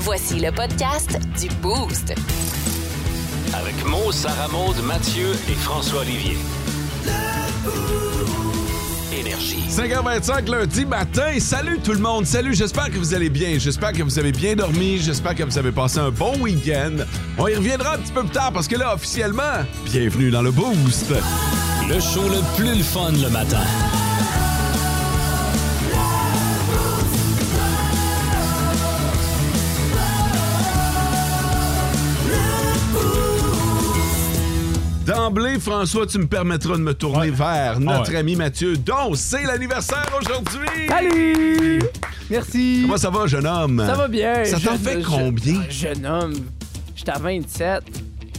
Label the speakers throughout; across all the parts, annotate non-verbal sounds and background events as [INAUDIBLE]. Speaker 1: Voici le podcast du Boost.
Speaker 2: Avec Mo, Sarah Maud, Mathieu et François Olivier. Énergie.
Speaker 3: 5h25 lundi matin. Salut tout le monde. Salut. J'espère que vous allez bien. J'espère que vous avez bien dormi. J'espère que vous avez passé un bon week-end. On y reviendra un petit peu plus tard parce que là, officiellement, bienvenue dans le Boost.
Speaker 2: Le show le plus le fun le matin.
Speaker 3: D'emblée, François, tu me permettras de me tourner vers notre ami Mathieu, dont c'est l'anniversaire aujourd'hui.
Speaker 4: Salut! Merci!
Speaker 3: Comment ça va, jeune homme?
Speaker 4: Ça va bien?
Speaker 3: Ça t'en
Speaker 4: Je-
Speaker 3: fait
Speaker 4: je-
Speaker 3: combien?
Speaker 4: Ah, Jeune homme. J'étais à 27.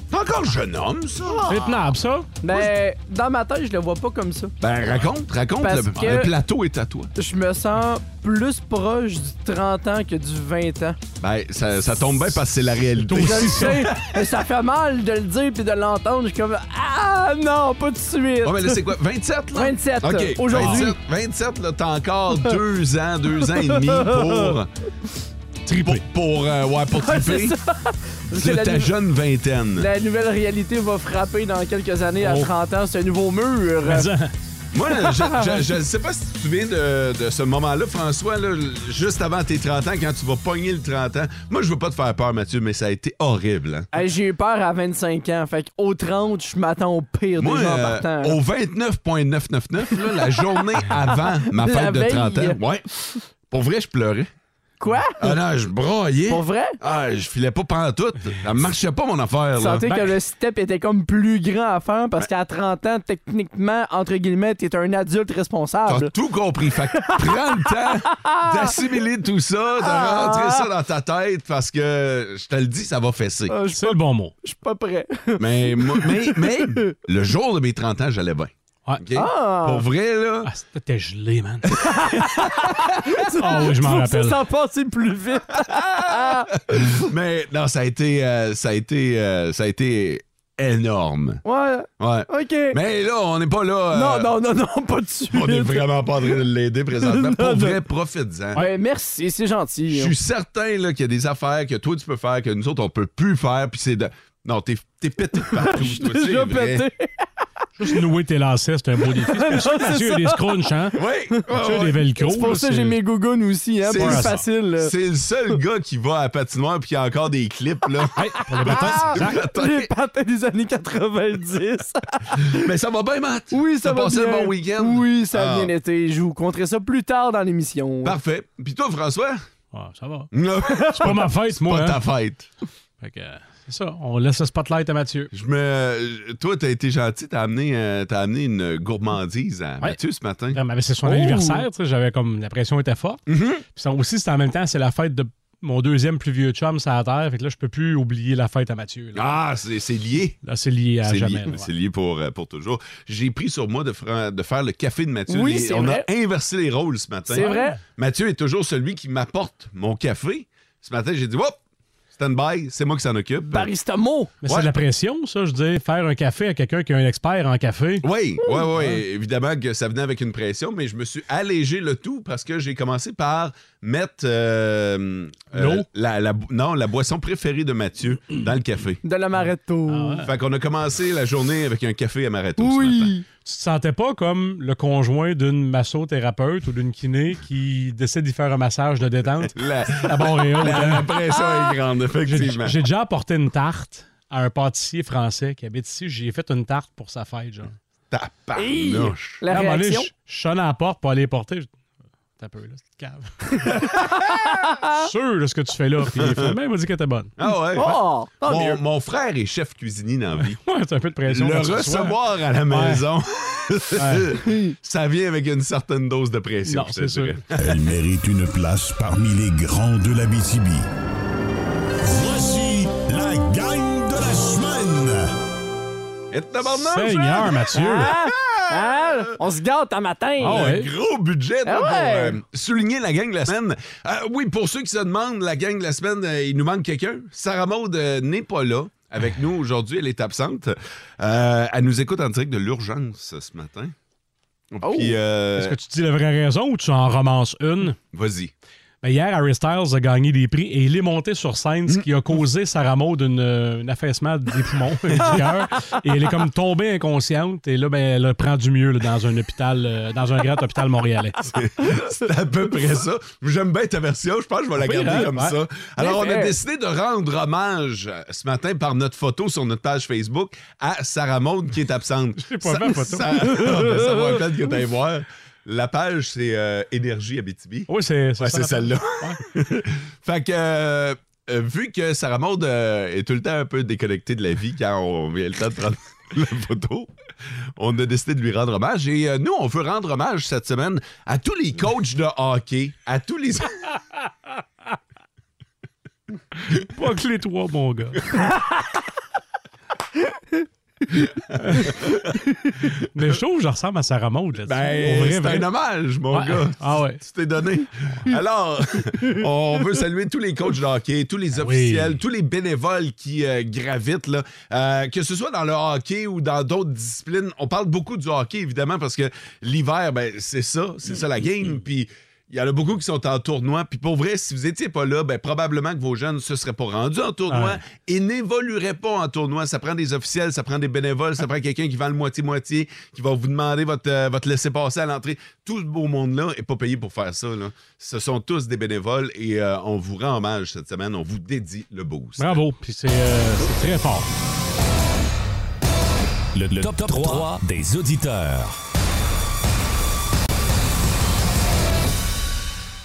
Speaker 3: T'es encore jeune homme, ça?
Speaker 5: C'est tenable, ça?
Speaker 4: Mais Ben, dans ma tête, je le vois pas comme ça.
Speaker 3: Ben, raconte, raconte.
Speaker 4: Parce
Speaker 3: Le,
Speaker 4: que-
Speaker 3: le plateau est à toi.
Speaker 4: Je me sens plus proche du 30 ans que du 20 ans.
Speaker 3: Ben, ça, ça tombe bien parce que c'est la réalité.
Speaker 4: Je
Speaker 3: [LAUGHS]
Speaker 4: le sais, mais ça fait mal de le dire puis de l'entendre. Je suis comme Ah non, pas de suite!
Speaker 3: Ouais, mais là, c'est quoi? 27, là?
Speaker 4: 27,
Speaker 3: OK.
Speaker 4: aujourd'hui.
Speaker 3: 27, 27, là, t'as encore deux ans, deux ans et demi pour... Triper. Pour, pour, euh, ouais, pour
Speaker 4: Ouais,
Speaker 3: triper.
Speaker 4: c'est ça. Parce que
Speaker 3: de
Speaker 4: la,
Speaker 3: ta
Speaker 4: nu-
Speaker 3: jeune vingtaine.
Speaker 4: la nouvelle réalité va frapper dans quelques années à
Speaker 5: Oh.
Speaker 4: 30 ans. C'est un nouveau mur.
Speaker 3: Moi,
Speaker 4: [LAUGHS]
Speaker 3: là, je, je, je sais pas si tu te souviens de, de ce moment-là, François, là, juste avant tes 30 ans, quand tu vas pogner le 30 ans. Moi, je veux pas te faire peur, Mathieu, mais ça a été horrible. hein.
Speaker 4: Hey, J'ai eu peur à 25 ans. Fait qu'au 30, je m'attends au pire
Speaker 3: Moi,
Speaker 4: des gens en
Speaker 3: euh,
Speaker 4: partant.
Speaker 3: au 29.999, là,
Speaker 4: [LAUGHS]
Speaker 3: la journée avant ma
Speaker 4: La
Speaker 3: fête de
Speaker 4: veille.
Speaker 3: 30 ans, ouais, pour vrai, je pleurais.
Speaker 4: Quoi?
Speaker 3: Ah non, je broyais.
Speaker 4: Pour vrai?
Speaker 3: Ah, je filais pas pantoute. Ça marchait pas, mon affaire.
Speaker 4: Je
Speaker 3: Là.
Speaker 4: sentais
Speaker 5: Ben-
Speaker 4: que le step était comme plus grand à faire parce qu'à 30 ans, techniquement, entre guillemets, t'es un adulte
Speaker 3: T'as
Speaker 4: responsable.
Speaker 3: tout compris. Fait que prends le temps
Speaker 4: [LAUGHS]
Speaker 3: d'assimiler tout ça, de
Speaker 4: Ah.
Speaker 3: rentrer ça dans ta tête parce que, je te le dis, ça va fesser.
Speaker 4: Euh, Je suis
Speaker 5: C'est le bon mot.
Speaker 4: pas prêt.
Speaker 3: Mais, moi- mais, mais le jour de mes 30 ans, j'allais bien.
Speaker 5: Ouais.
Speaker 4: [LAUGHS]
Speaker 3: OK? [LAUGHS]
Speaker 4: Ah! [LAUGHS]
Speaker 3: Pour vrai, là,
Speaker 5: Ah, c'était gelé, man. Ah oui, je m'en
Speaker 4: Faut que
Speaker 5: rappelle.
Speaker 4: Ça s'en passe plus
Speaker 3: [LAUGHS]
Speaker 4: vite. Ah,
Speaker 3: mais non, ça a été, euh, ça a été, euh, ça a été énorme.
Speaker 4: Ouais,
Speaker 3: Ouais.
Speaker 4: ok.
Speaker 3: Mais là, on n'est pas là. euh,
Speaker 4: Non, non, non, non, pas de suite.
Speaker 3: On est vraiment pas en train de l'aider présentement.
Speaker 4: [LAUGHS]
Speaker 3: Pour
Speaker 4: Non, non.
Speaker 3: vrai, profite-en.
Speaker 4: Ouais, merci, c'est gentil.
Speaker 3: Je suis certain là, qu'il y a des affaires que toi tu peux faire, que nous autres on peut plus faire, puis c'est de. Non, t'es, t'es pété
Speaker 4: [LAUGHS]
Speaker 3: de
Speaker 5: [LAUGHS]
Speaker 3: partout.
Speaker 4: Je suis
Speaker 3: toi, c'est
Speaker 4: déjà
Speaker 3: vrai.
Speaker 4: pété.
Speaker 5: Juste nouer tes lacets, c'était un
Speaker 3: [LAUGHS]
Speaker 5: beau défi. C'est pour ça que
Speaker 4: C'est
Speaker 5: Mathieu a
Speaker 4: ça.
Speaker 5: des scrunchs, hein?
Speaker 3: Oui, ouais,
Speaker 5: Mathieu a
Speaker 3: ouais.
Speaker 5: des velcro.
Speaker 4: Ah C'est pour ça que j'ai mes gougounes aussi, hein,
Speaker 3: C'est
Speaker 4: pour
Speaker 3: ça.
Speaker 4: plus facile. là.
Speaker 3: C'est le seul gars qui va à la patinoire puis qui a encore des clips là.
Speaker 5: [LAUGHS] Hey, pour le matin,
Speaker 3: [LAUGHS]
Speaker 4: Ah!
Speaker 5: c'est exact.
Speaker 4: Les patins des années 90.
Speaker 3: Mais ça va bien, Matt.
Speaker 4: Oui, ça
Speaker 3: T'as
Speaker 4: va
Speaker 3: passé
Speaker 4: bien.
Speaker 3: un bon week-end.
Speaker 4: Oui, ça a
Speaker 3: Ah.
Speaker 4: bien été. Je vous compterai ça plus tard dans l'émission.
Speaker 3: Parfait. Puis toi, François?
Speaker 5: Ah, ça va.
Speaker 3: [LAUGHS] Non,
Speaker 5: C'est pas ma fête, moi.
Speaker 3: pas
Speaker 5: hein.
Speaker 3: ta fête.
Speaker 5: Fait que, euh, c'est ça. On laisse le spotlight à Mathieu.
Speaker 3: Je me... Toi, t'as été gentil, t'as amené, euh, t'as amené une gourmandise à Mathieu ce matin.
Speaker 5: Vraiment, mais C'est son
Speaker 4: Oh!
Speaker 5: anniversaire, tu sais, j'avais comme la pression était forte.
Speaker 3: Mm-hmm.
Speaker 5: Puis ça aussi, c'est en même temps, c'est la fête de mon deuxième plus vieux chum, ça à terre. Fait que là, je peux plus oublier la fête à Mathieu. Là,
Speaker 3: Ah, c'est, c'est lié.
Speaker 5: Là, c'est lié à
Speaker 3: C'est
Speaker 5: jamais.
Speaker 3: lié,
Speaker 5: là, ouais.
Speaker 3: c'est lié pour, euh, pour toujours. J'ai pris sur moi de, fra- de faire le café de Mathieu.
Speaker 4: Oui,
Speaker 3: Les-
Speaker 4: c'est
Speaker 3: On
Speaker 4: vrai.
Speaker 3: a inversé les rôles ce matin.
Speaker 4: C'est vrai.
Speaker 3: Mathieu est toujours celui qui m'apporte mon café. Ce matin, j'ai dit, hop, stand-by, c'est moi qui s'en occupe.
Speaker 4: Barista Mo.
Speaker 5: Mais
Speaker 3: Ouais.
Speaker 5: c'est de la pression, ça, je dis. Faire un café à quelqu'un qui est un expert en café.
Speaker 3: Oui, oui, oui.
Speaker 5: Hein?
Speaker 3: Évidemment que ça venait avec une pression, mais je me suis allégé le tout parce que j'ai commencé par mettre euh, euh,
Speaker 5: L'eau?
Speaker 3: la, la bo- non, la boisson préférée de Mathieu dans le café.
Speaker 4: De l'amaretto.
Speaker 5: Ah
Speaker 3: Fait qu'on a commencé la journée avec un café amaretto. ce matin.
Speaker 4: Oui.
Speaker 5: Tu te sentais pas comme le conjoint d'une massothérapeute ou d'une kiné qui décide d'y faire un massage de détente?
Speaker 3: La,
Speaker 5: La barre est haute,
Speaker 3: la-
Speaker 5: hein?
Speaker 3: la pression est grande,
Speaker 5: J'ai
Speaker 3: effectivement.
Speaker 5: j'ai déjà apporté une tarte à un pâtissier français qui habite ici. J'ai fait une tarte pour sa fête, genre.
Speaker 4: Hey,
Speaker 3: Tabarnouche.
Speaker 4: La
Speaker 5: Là, à un moment donné,
Speaker 4: réaction.
Speaker 5: je- je sonne à la porte pour aller porter. Je- T'as un peu, là, cette cave.
Speaker 4: Ah.
Speaker 5: sûr de ce que tu fais là. Puis finalement, il ben, m'a dit qu'elle était bonne.
Speaker 3: Ah ouais.
Speaker 4: Oh, tant
Speaker 3: mon,
Speaker 4: mieux.
Speaker 3: mon frère est chef cuisinier dans la vie.
Speaker 5: Ouais, t'as un peu de pression.
Speaker 3: Le
Speaker 5: quand tu reçois.
Speaker 3: recevoir à la maison,
Speaker 5: Ouais.
Speaker 3: ça vient avec une certaine dose de pression.
Speaker 5: Non,
Speaker 3: je te
Speaker 5: c'est sûr.
Speaker 3: dirais.
Speaker 6: Elle mérite une place parmi les grands de la BTB. Voici la gang de la semaine.
Speaker 3: [LAUGHS] Et tabarnouche, hein?
Speaker 5: Seigneur, Mathieu.
Speaker 4: Hein? Hein? On se gâte un matin.
Speaker 5: Ah ouais.
Speaker 3: Un gros budget là,
Speaker 4: Ah ouais.
Speaker 3: pour euh, souligner la gang de la semaine. Euh, oui, pour ceux qui se demandent, la gang de la semaine, euh, il nous manque quelqu'un. Sarah Maud euh, n'est pas là. Avec nous aujourd'hui, elle est absente. Euh, elle nous écoute en direct de l'urgence ce matin. Puis,
Speaker 4: Oh.
Speaker 3: euh,
Speaker 5: Est-ce que tu dis la vraie raison ou tu en romances une?
Speaker 3: vas-y.
Speaker 5: Ben, Ben, hier, Harry Styles a gagné des prix et il est monté sur scène,
Speaker 3: Mm.
Speaker 5: ce qui a causé Sarah Maud une, euh, un affaissement des poumons [LAUGHS] et du cœur. Et elle est comme tombée inconsciente. Et là, ben, elle prend du mieux là, dans un hôpital, euh, dans un grand hôpital
Speaker 3: [LAUGHS]
Speaker 5: montréalais.
Speaker 3: C'est à peu près ça. J'aime bien ta version. Je pense que je vais la
Speaker 5: Oui,
Speaker 3: garder
Speaker 5: hein,
Speaker 3: comme
Speaker 5: ouais.
Speaker 3: ça. Alors, on
Speaker 4: Bien
Speaker 3: a
Speaker 4: fait.
Speaker 3: décidé de rendre hommage euh, ce matin par notre photo sur notre page Facebook à Sarah Maud qui est absente.
Speaker 5: [LAUGHS] J'ai pas
Speaker 3: Ça-
Speaker 5: vu la photo.
Speaker 3: Ça, [LAUGHS] Ah, ben, ça va peut-être que t'ailles voir. La page, c'est euh, Énergie Abitibi.
Speaker 5: Oui, c'est
Speaker 3: Ouais,
Speaker 5: ça,
Speaker 3: c'est
Speaker 5: la-
Speaker 3: celle-là. [LAUGHS] fait que, euh, euh, vu que Sarah Maud euh, est tout le temps un peu déconnectée de la vie quand on vient le temps de prendre [LAUGHS] la photo, on a décidé de lui rendre hommage. Et euh, nous, on veut rendre hommage cette semaine à tous les coachs de hockey, à tous les...
Speaker 5: [LAUGHS] Pas que les trois, mon
Speaker 3: [LAUGHS]
Speaker 5: gars. Mais je trouve que je ressemble à Sarah Maud. là-dessus. Au
Speaker 3: Ben,
Speaker 5: vrai,
Speaker 3: c'est
Speaker 5: vrai.
Speaker 3: un hommage, mon
Speaker 5: Ouais.
Speaker 3: gars.
Speaker 5: Ah ouais.
Speaker 3: Tu t'es donné.
Speaker 5: [LAUGHS]
Speaker 3: Alors, on veut saluer tous les coachs de hockey, tous les
Speaker 5: Ah oui.
Speaker 3: officiels, tous les bénévoles qui euh, gravitent, là. Euh, que ce soit dans le hockey ou dans d'autres disciplines. On parle beaucoup du hockey, évidemment, parce que l'hiver, ben, c'est ça, c'est ça la
Speaker 5: Mm-hmm.
Speaker 3: game. Puis. Il y en a beaucoup qui sont en tournoi. Puis pour vrai, si vous n'étiez pas là, ben, probablement que vos jeunes ne se seraient pas rendus en tournoi
Speaker 5: Ouais.
Speaker 3: et n'évolueraient pas en tournoi. Ça prend des officiels, ça prend des bénévoles, ça prend quelqu'un qui vend le moitié-moitié, qui va vous demander votre, euh, votre laisser-passer à l'entrée. Tout ce beau monde-là n'est pas payé pour faire ça. là. Ce sont tous des bénévoles et euh, on vous rend hommage cette semaine. On vous dédie le boost.
Speaker 5: Bravo, puis c'est euh, c'est très fort.
Speaker 2: Le, top, 3, des auditeurs.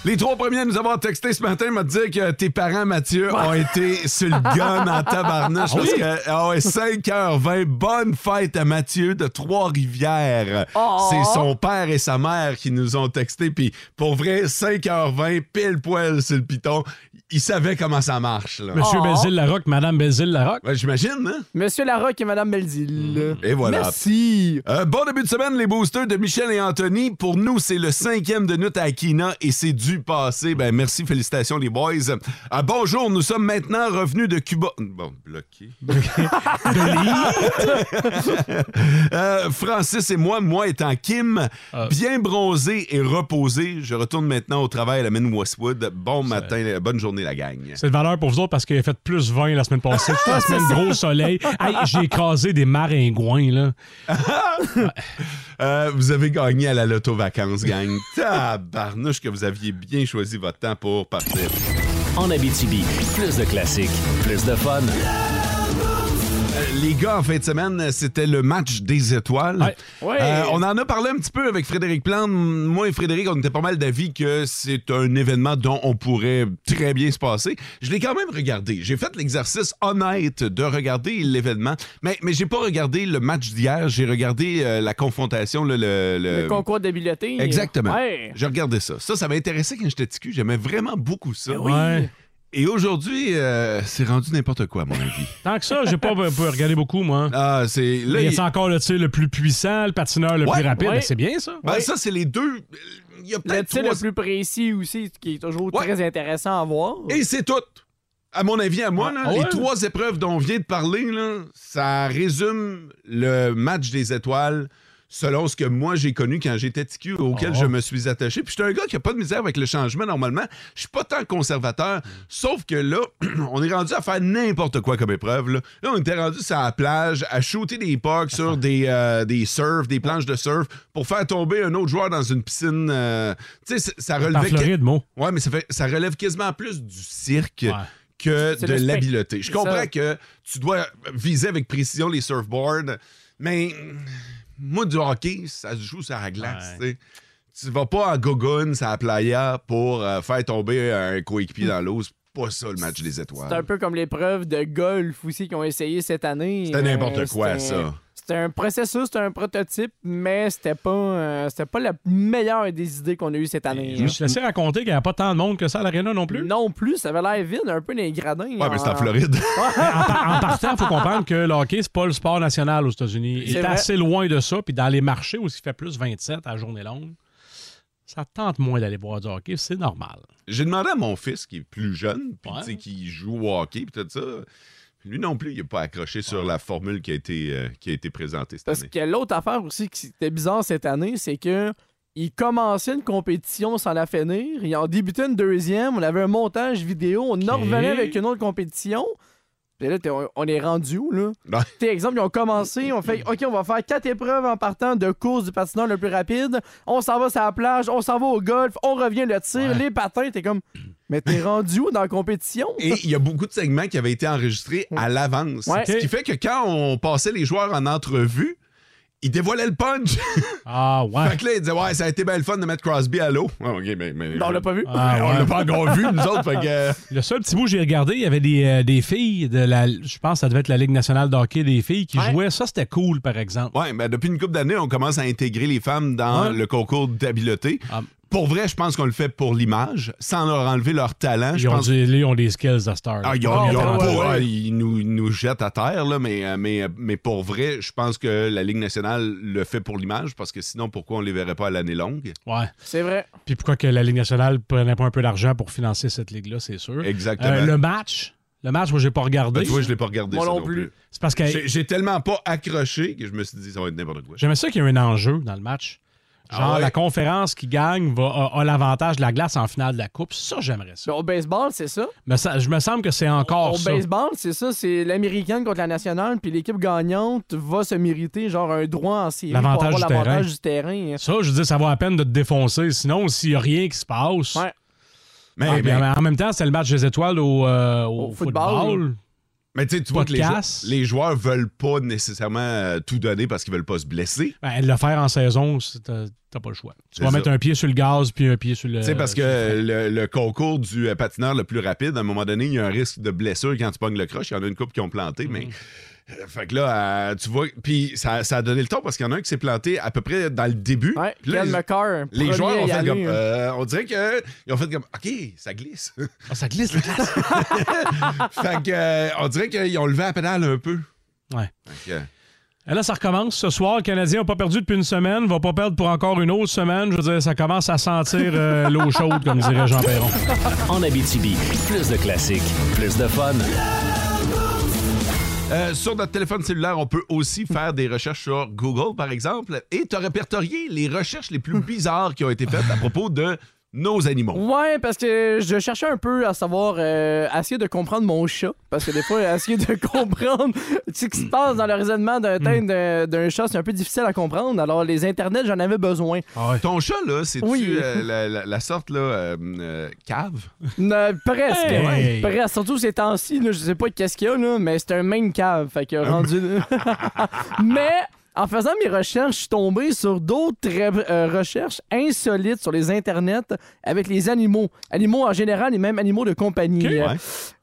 Speaker 3: Les trois premiers à nous avoir texté ce matin m'ont dit que tes parents, Mathieu, ont été sur le gun en tabarnouche. Parce que, ah ouais, 5h20, bonne fête à Mathieu de Trois-Rivières.
Speaker 4: Oh.
Speaker 3: C'est son père et sa mère qui nous ont texté. Puis pour vrai, 5h20, pile poil sur le piton. Ils savaient comment ça marche. là.
Speaker 5: Monsieur
Speaker 4: Oh.
Speaker 5: Bézil Larocque, Madame Bézil Larocque.
Speaker 3: Ouais, J'imagine, hein?
Speaker 4: Monsieur Larocque et Madame Belzil.
Speaker 3: Mhm. Et voilà.
Speaker 4: Merci.
Speaker 3: Euh, bon début de semaine, les boosters de Michel et Anthony. Pour nous, c'est le cinquième de notre à Akina et c'est du passé. Ben, merci, félicitations, les boys. Euh, bonjour, nous sommes maintenant revenus de Cuba. Bon, bloqué. [LAUGHS] Euh, Francis et moi, moi étant Kim,
Speaker 5: Euh.
Speaker 3: bien bronzé et reposé, je retourne maintenant au travail à la mine Westwood. Bon matin, euh, bonne journée, la gang.
Speaker 5: C'est de valeur pour vous autres parce qu'il a fait plus 20 la
Speaker 4: [LAUGHS]
Speaker 5: semaine passée. Toute la semaine, gros soleil. Hey, J'ai écrasé des maringouins, là.
Speaker 3: Euh, vous avez gagné à la loto vacances, gang. Tabarnouche que vous aviez bien choisi votre temps pour partir.
Speaker 2: En Abitibi, plus de classiques, plus de fun.
Speaker 3: Euh, Les gars, en fin de semaine, c'était le match des étoiles.
Speaker 5: Ouais.
Speaker 4: Ouais.
Speaker 3: Euh, on en a parlé un petit peu avec Frédéric Plante. Moi et Frédéric, on était pas mal d'avis que c'est un événement dont on pourrait très bien se passer. Je l'ai quand même regardé. J'ai fait l'exercice honnête de regarder l'événement, mais, mais j'ai pas regardé le match d'hier. J'ai regardé euh, la confrontation, le- le- le-
Speaker 4: Le concours d'habileté.
Speaker 3: Euh, Exactement.
Speaker 4: hein. Ouais.
Speaker 3: J'ai regardé ça. Ça, ça m'a intéressé quand j'étais ticu. J'aimais vraiment beaucoup ça.
Speaker 5: Ouais.
Speaker 3: Et aujourd'hui, euh, c'est rendu n'importe quoi, à mon avis.
Speaker 5: Tant que ça,
Speaker 4: [LAUGHS]
Speaker 5: j'ai pas pu regarder beaucoup, moi.
Speaker 3: Ah, c'est. là,
Speaker 5: Mais
Speaker 3: il-
Speaker 5: c'est encore là, tu sais, le plus puissant, le patineur le
Speaker 3: Ouais,
Speaker 5: plus rapide.
Speaker 4: ouais.
Speaker 5: Ben, c'est bien, ça.
Speaker 3: Ben,
Speaker 4: Oui.
Speaker 3: ça, c'est les deux. Il y a
Speaker 4: Le
Speaker 3: peut-être
Speaker 4: titre
Speaker 3: trois.
Speaker 4: le plus précis aussi, qui est toujours
Speaker 3: Ouais.
Speaker 4: très intéressant à voir.
Speaker 3: Et c'est tout. À mon avis, à moi, là,
Speaker 5: Ah, ouais.
Speaker 3: les trois épreuves dont on vient de parler, là, ça résume le match des étoiles selon ce que moi j'ai connu quand j'étais TQ, auquel
Speaker 5: Ah.
Speaker 3: je me suis attaché. Puis j'étais un gars qui a pas de misère avec le changement normalement. Je suis pas tant conservateur, sauf que là, [CLEARS THROAT] on est rendu à faire n'importe quoi comme épreuve. Là, Là, on était rendu sur la plage, à shooter des pucks
Speaker 5: Ah.
Speaker 3: sur des, euh, des surfs, des planches de surf, pour faire tomber un autre joueur dans une piscine. euh, tu sais, c- ça
Speaker 5: En
Speaker 3: relevait... que-
Speaker 5: Floride, moi.
Speaker 3: Ouais, mais ça, fait- ça relève quasiment plus du cirque
Speaker 5: Ouais.
Speaker 3: que
Speaker 4: C'est
Speaker 3: de
Speaker 4: le spec-
Speaker 3: l'habileté. Je
Speaker 4: c'est
Speaker 3: comprends
Speaker 4: ça.
Speaker 3: que tu dois viser avec précision les surfboards, mais mm, moi, du hockey, ça se joue sur la glace. tu sais. Tu vas pas en gogoune, sur la playa pour euh, faire tomber un coéquipier dans l'eau. C'est pas ça le match des
Speaker 4: C'est un
Speaker 3: étoiles.
Speaker 4: peu comme l'épreuve de golf aussi qu'ils ont essayé cette année.
Speaker 3: C'était n'importe
Speaker 4: Euh,
Speaker 3: quoi,
Speaker 4: c'était-
Speaker 3: ça.
Speaker 4: C'était un processus, c'était un prototype, mais c'était pas, euh, c'était pas la meilleure des idées qu'on a eues cette année.
Speaker 5: Je me suis laissé raconter qu'il n'y a pas tant de monde que ça à l'aréna non plus.
Speaker 4: Non plus, ça avait l'air vide, un peu dans les gradins.
Speaker 3: Ouais, mais c'est en Floride. [LAUGHS]
Speaker 5: en, par- en partant, il faut comprendre que le hockey, c'est pas le sport national aux États-Unis. Il
Speaker 4: C'est
Speaker 5: est
Speaker 4: vrai.
Speaker 5: assez loin de ça. Puis dans les marchés où il fait plus 27 à la journée longue, ça tente moins d'aller boire du hockey. C'est normal.
Speaker 3: J'ai demandé à mon fils qui est plus jeune, puis
Speaker 5: Ouais.
Speaker 3: tu sais, qui joue au hockey, puis tout ça. Lui non plus, il n'a pas accroché sur la formule qui a été, euh, qui a été présentée cette
Speaker 4: Parce
Speaker 3: année.
Speaker 4: que l'autre affaire aussi qui était bizarre cette année, c'est que Ils commençaient une compétition sans la finir. Ils en débutaient une deuxième. On avait un montage vidéo. On en
Speaker 5: Ok.
Speaker 4: revenait avec une autre compétition. Puis là, t'es- on- on est rendu où, là?
Speaker 3: Ouais.
Speaker 4: T'es exemple, ils ont commencé, on fait OK, on va faire quatre épreuves en partant de course du patineur le plus rapide. On s'en va sur la plage, on s'en va au golf, on revient le tir, les patins, t'es comme Mais t'es rendu où dans la compétition?
Speaker 3: Et il y a beaucoup de segments qui avaient été enregistrés à l'avance.
Speaker 4: Ouais.
Speaker 3: Ce qui fait que quand on passait les joueurs en entrevue, ils dévoilaient le punch.
Speaker 5: [LAUGHS] Ah,
Speaker 3: fait
Speaker 5: ouais.
Speaker 3: que là, ils disaient Ouais, ça a été bien le fun de mettre Crosby à l'eau. Ah, OK, mais. mais-
Speaker 4: Non, Ben, on l'a pas
Speaker 3: [LAUGHS]
Speaker 4: vu.
Speaker 5: Ah,
Speaker 3: on
Speaker 5: ouais.
Speaker 3: l'a pas encore vu, nous autres. Fait
Speaker 5: [LAUGHS]
Speaker 3: que. euh,
Speaker 5: Le seul petit bout que j'ai regardé, il y avait des, euh, des filles de la. Je pense que ça devait être la Ligue nationale de hockey des filles qui
Speaker 4: Ouais.
Speaker 5: jouaient. Ça, c'était cool, par exemple.
Speaker 3: Ouais, mais depuis une couple d'années, on commence à intégrer les femmes dans
Speaker 5: Ouais.
Speaker 3: le concours d'habileté.
Speaker 5: Ah.
Speaker 3: Pour vrai, je pense qu'on le fait pour l'image, sans leur enlever leur talent.
Speaker 5: Ils
Speaker 3: Je
Speaker 5: ont,
Speaker 3: pense
Speaker 5: du- ils ont des skills à Star.
Speaker 3: Ah, ils, ont-
Speaker 4: Ah,
Speaker 3: ils ont-
Speaker 5: hein,
Speaker 4: ouais,
Speaker 3: pour-
Speaker 4: ouais.
Speaker 3: ah, ils nous, ils nous jettent à terre, là, mais, euh, mais, euh, mais pour vrai, je pense que la Ligue nationale le fait pour l'image, parce que sinon, pourquoi on les verrait pas à l'année longue?
Speaker 5: Ouais.
Speaker 4: C'est vrai.
Speaker 5: Puis pourquoi que la Ligue nationale prenait pas un peu d'argent pour financer cette ligue-là, c'est sûr.
Speaker 3: Exactement.
Speaker 5: Euh, le match, le match, moi, j'ai pas regardé.
Speaker 3: Ben, tu vois, je l'ai pas regardé,
Speaker 4: Moi
Speaker 3: ça
Speaker 4: non
Speaker 3: non
Speaker 4: plus.
Speaker 3: plus.
Speaker 5: C'est parce que
Speaker 3: J'ai- J'ai tellement pas accroché que je me suis dit, ça va être n'importe quoi.
Speaker 5: j'aimais ça qu'il y ait un enjeu dans le match. Genre,
Speaker 3: Ah ouais?
Speaker 5: la conférence qui gagne va, a, a l'avantage de la glace en finale de la Coupe. Ça, j'aimerais ça.
Speaker 4: Au baseball, c'est ça.
Speaker 5: Mais ça- je me semble que c'est encore
Speaker 4: Au
Speaker 5: ça.
Speaker 4: baseball, c'est ça. C'est l'américaine contre la nationale, puis l'équipe gagnante va se mériter genre un droit en série pour
Speaker 5: L'avantage
Speaker 4: avoir
Speaker 5: du terrain.
Speaker 4: l'avantage du terrain. hein.
Speaker 5: Ça, je veux dire, ça vaut la peine de te défoncer. Sinon, s'il n'y a rien qui se passe.
Speaker 4: Ouais.
Speaker 3: Mais,
Speaker 5: Ah, puis
Speaker 3: mais-
Speaker 5: en même temps, c'était le match des étoiles au, euh, au
Speaker 4: Au
Speaker 5: football.
Speaker 4: football.
Speaker 3: mais tu sais, tu vois que les,
Speaker 5: Podcast.
Speaker 3: jou- les joueurs veulent pas nécessairement euh, tout donner parce qu'ils veulent pas se blesser.
Speaker 5: Ben, le faire en saison, c'est- t'as t'as pas le choix. Tu
Speaker 3: C'est
Speaker 5: vas
Speaker 3: ça.
Speaker 5: mettre un pied sur le gaz puis un pied sur le.
Speaker 3: Tu sais, parce que
Speaker 5: sur le frein.
Speaker 3: le, le concours du euh, patineur le plus rapide, à un moment donné, il y a un risque de blessure quand tu pognes le croche. Il y en a une coupe qui ont planté,
Speaker 4: Mhm.
Speaker 3: mais. euh, Fait que là, euh, tu vois. Puis ça, ça a donné le ton parce qu'il y en a un qui s'est planté à peu près dans le début.
Speaker 4: Ouais,
Speaker 3: Puis là,
Speaker 4: Ken
Speaker 3: les-
Speaker 4: McCarr,
Speaker 3: les,
Speaker 4: premier
Speaker 3: joueurs
Speaker 4: à
Speaker 3: ont
Speaker 4: y
Speaker 3: fait
Speaker 4: aller,
Speaker 3: comme.
Speaker 4: hein.
Speaker 3: euh, on dirait que. Ils ont fait comme. OK, ça glisse.
Speaker 5: Ah, ça glisse la glace.
Speaker 3: [LAUGHS] fait que. euh, on dirait qu'ils ont levé la pédale un peu.
Speaker 5: Ouais.
Speaker 3: Fait que,
Speaker 5: Et Là, ça recommence ce soir. Le Canadien n'a pas perdu depuis une semaine, va pas perdre pour encore une autre semaine. Je veux dire, ça commence à sentir euh, l'eau chaude, comme dirait Jean Perron.
Speaker 2: En Abitibi, plus de classiques, plus de fun.
Speaker 3: Euh, sur notre téléphone cellulaire, on peut aussi faire des recherches sur Google, par exemple, et te répertorier les recherches les
Speaker 4: Hmm.
Speaker 3: plus bizarres qui ont été faites à propos de nos animaux.
Speaker 4: Ouais, parce que je cherchais un peu à savoir, euh, à essayer de comprendre mon chat. Parce que des fois, à essayer de [LAUGHS] comprendre ce qui se passe dans le raisonnement d'un
Speaker 5: Hmm.
Speaker 4: thème d'un- d'un chat, c'est un peu difficile à comprendre. Alors, les internets, j'en avais besoin.
Speaker 3: Ton chat, là, c'est-tu
Speaker 4: Ah Oui.
Speaker 3: euh, la, la- la sorte, là, euh, euh,
Speaker 4: [LAUGHS]
Speaker 3: cave?
Speaker 4: Euh, presque.
Speaker 5: Hey!
Speaker 4: Presque. Surtout ces temps-ci, là, je sais pas qu'est-ce qu'il y a, là, mais c'est un main cave. Fait que rendu. [LAUGHS] mais. En faisant mes recherches, je suis tombé sur d'autres re- euh, recherches insolites sur les internets avec les animaux. Animaux en général et même animaux de compagnie. Euh,
Speaker 3: ouais.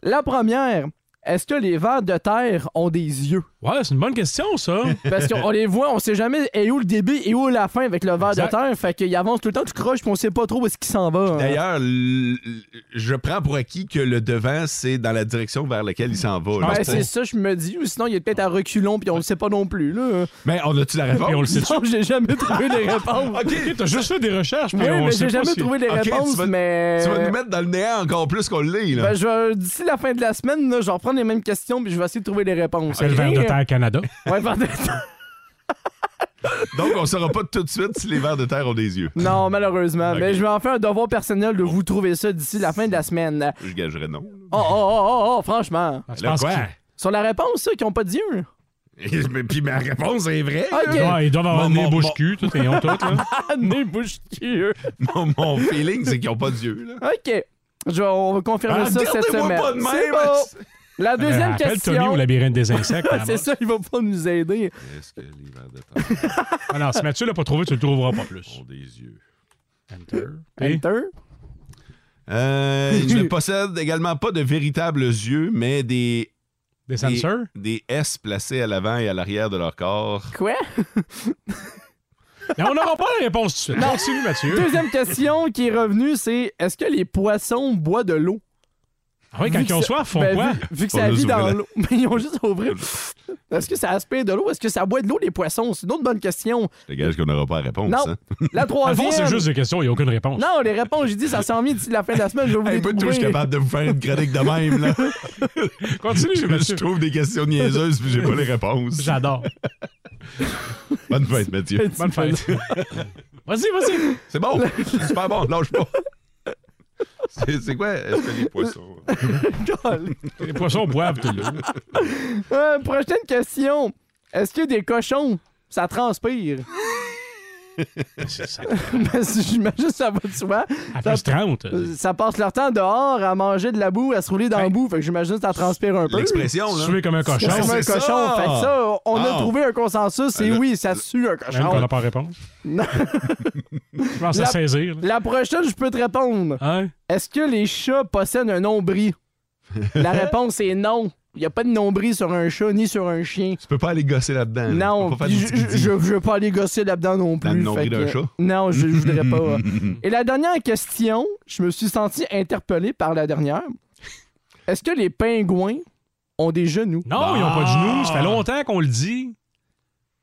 Speaker 4: La première, est-ce que les vers de terre ont des yeux?
Speaker 5: Ouais, c'est une bonne question, ça.
Speaker 4: [LAUGHS] Parce qu'on les voit, on sait jamais et où le début et où la fin avec le vers de
Speaker 5: Exact.
Speaker 4: terre. Fait qu'il avance tout le temps, tu croches, puis on sait pas trop où est-ce qu'il s'en va. hein.
Speaker 3: D'ailleurs, l- l- je prends pour acquis que le devant, c'est dans la direction vers laquelle il s'en va. là.
Speaker 4: Ben,
Speaker 5: pense pas.
Speaker 4: c'est ça, je me dis, ou sinon il est peut-être à reculons, puis on le sait pas non plus. Là.
Speaker 3: Mais on a-tu la réponse?
Speaker 5: Puis on le sait.
Speaker 4: [LAUGHS] Non, j'ai jamais trouvé les réponses.
Speaker 3: [LAUGHS] OK,
Speaker 5: Ok, t'as juste fait des recherches,
Speaker 4: oui,
Speaker 5: mais on
Speaker 4: mais
Speaker 5: sait
Speaker 4: j'ai
Speaker 5: pas
Speaker 4: jamais
Speaker 5: si-
Speaker 4: trouvé les
Speaker 3: Ok, tu
Speaker 4: réponses,
Speaker 3: vas-
Speaker 4: mais.
Speaker 3: tu vas nous mettre dans le néant encore plus qu'on l'est, là.
Speaker 4: Ben, je vais- d'ici la fin de la semaine, là, je vais reprendre les mêmes questions puis je vais essayer de trouver les réponses.
Speaker 5: C'est le verre de
Speaker 4: Ok?
Speaker 5: terre Canada.
Speaker 4: Ouais, vers de terre.
Speaker 3: Donc, on saura pas tout de suite si les vers de terre ont des yeux.
Speaker 4: Non, malheureusement.
Speaker 3: Ok.
Speaker 4: Mais je vais en faire un devoir personnel de vous trouver ça d'ici la fin de la semaine.
Speaker 3: Je gagerais non.
Speaker 4: Oh, oh, oh, oh, oh, franchement.
Speaker 5: Je
Speaker 3: Là,
Speaker 5: pense
Speaker 3: quoi?
Speaker 5: qu'ils-
Speaker 4: Sur la réponse, ça, qui ont pas de yeux.
Speaker 3: Mais- Puis ma réponse est vraie. là.
Speaker 4: Ok.
Speaker 5: Ouais, ils doivent avoir
Speaker 3: Mon-
Speaker 5: des
Speaker 3: mon-
Speaker 5: bouches cul, tout, ils ont tout, là.
Speaker 4: Ah, [LAUGHS] nez bouche yeux.
Speaker 3: mon, mon feeling, c'est qu'ils n'ont pas d'yeux. là.
Speaker 4: Ok. Je vais, on va confirmer ça cette
Speaker 3: Regardez-moi
Speaker 4: semaine.
Speaker 3: Ah, pas de même, hein?
Speaker 4: C'est bon. La deuxième
Speaker 5: Ah, Rappelle Tony
Speaker 4: question.
Speaker 5: au labyrinthe des insectes.
Speaker 4: Ouais, [LAUGHS] C'est ça, il va pas nous aider.
Speaker 3: Est-ce que les vers de terre
Speaker 5: Ah non, si Mathieu l'a pas trouvé, tu le trouveras pas plus.
Speaker 3: ont des yeux?
Speaker 5: Enter. Puis-
Speaker 4: Enter.
Speaker 5: [LAUGHS]
Speaker 3: Euh, ils ne possèdent également pas de véritables yeux, mais des,
Speaker 5: Des
Speaker 3: des,
Speaker 5: sensors?
Speaker 3: des S placés à l'avant et à l'arrière de leur corps.
Speaker 4: Quoi?
Speaker 5: Mais on n'aura pas la réponse tout de suite. Continue, Mathieu.
Speaker 4: Deuxième question qui est revenue, c'est est-ce que les poissons boivent de l'eau?
Speaker 5: Ah oui, quand
Speaker 4: Vu
Speaker 5: ils ont
Speaker 4: que ça-
Speaker 5: soif, font
Speaker 4: Ben,
Speaker 5: quoi?
Speaker 4: Vu, vu que
Speaker 3: Faut
Speaker 4: ça
Speaker 3: juste
Speaker 4: vit dans
Speaker 3: ouvrir la-
Speaker 4: l'eau. [LAUGHS] Mais ils ont juste ouvré. Est-ce que ça aspire de l'eau? Est-ce que ça boit de l'eau, les poissons? C'est une autre bonne question.
Speaker 3: Je te gage qu'on n'aura pas la réponse.
Speaker 4: Non.
Speaker 3: hein.
Speaker 4: La
Speaker 5: Dans le
Speaker 4: troisième.
Speaker 5: fond, c'est juste des questions, il n'y a aucune réponse.
Speaker 4: Non, les réponses, j'ai dit, ça s'en vient d'ici la fin de la semaine. Je vais vous
Speaker 3: Hey,
Speaker 4: les
Speaker 3: pas de tout, je suis
Speaker 4: trouver.
Speaker 3: capable de vous faire une chronique de même. Là.
Speaker 5: Continue,
Speaker 3: je
Speaker 5: Mathieu.
Speaker 3: trouve des questions niaiseuses puis j'ai pas [LAUGHS] les réponses.
Speaker 5: J'adore.
Speaker 3: Bonne fête, Mathieu.
Speaker 5: Bonne fête. [LAUGHS] Vas-y, vas-y.
Speaker 3: C'est bon. C'est super bon. Lâche pas. C'est c'est quoi? Est-ce que les poissons?
Speaker 5: [LAUGHS] Les poissons boivent tout le monde.
Speaker 4: Euh, prochaine question. Est-ce que des cochons, ça transpire? [LAUGHS]
Speaker 5: [LAUGHS]
Speaker 4: Ben, si J'imagine que ça va de soi.
Speaker 5: À
Speaker 4: Ça,
Speaker 5: plus 30.
Speaker 4: euh, ça passe leur temps dehors à manger de la boue, à se rouler dans la boue. Fait que j'imagine que ça transpire un peu.
Speaker 3: L'expression, là.
Speaker 5: Suer comme un cochon.
Speaker 4: Comme un
Speaker 3: c'est
Speaker 4: cochon.
Speaker 3: ça!
Speaker 4: Fait que ça, on
Speaker 3: Ah.
Speaker 4: a trouvé un consensus. C'est
Speaker 3: Le-
Speaker 4: oui, ça sue un cochon.
Speaker 5: Même qu'on n'a pas réponse.
Speaker 4: Non.
Speaker 5: Je pense à
Speaker 4: La-
Speaker 5: saisir. là.
Speaker 4: La prochaine, je peux te répondre.
Speaker 5: Hein?
Speaker 4: Est-ce que les chats possèdent un nombril? [LAUGHS] La réponse est non. Il n'y a pas de nombril sur un chat ni sur un chien.
Speaker 3: Tu peux pas aller gosser là-dedans. là. Tu
Speaker 4: Non,
Speaker 3: peux pas
Speaker 4: puis
Speaker 3: faire
Speaker 4: je,
Speaker 3: des petits
Speaker 4: je, je veux pas aller gosser là-dedans non plus.
Speaker 3: Dans le nombril
Speaker 4: fait
Speaker 3: d'un
Speaker 4: que-
Speaker 3: chat?
Speaker 4: Non, je, je voudrais pas.
Speaker 3: [LAUGHS]
Speaker 4: ouais. Et la dernière question, je me suis senti interpellé par la dernière. Est-ce que les pingouins ont des genoux?
Speaker 5: Non, ils n'ont pas de genoux.
Speaker 3: Ah.
Speaker 5: Ça fait longtemps qu'on le dit.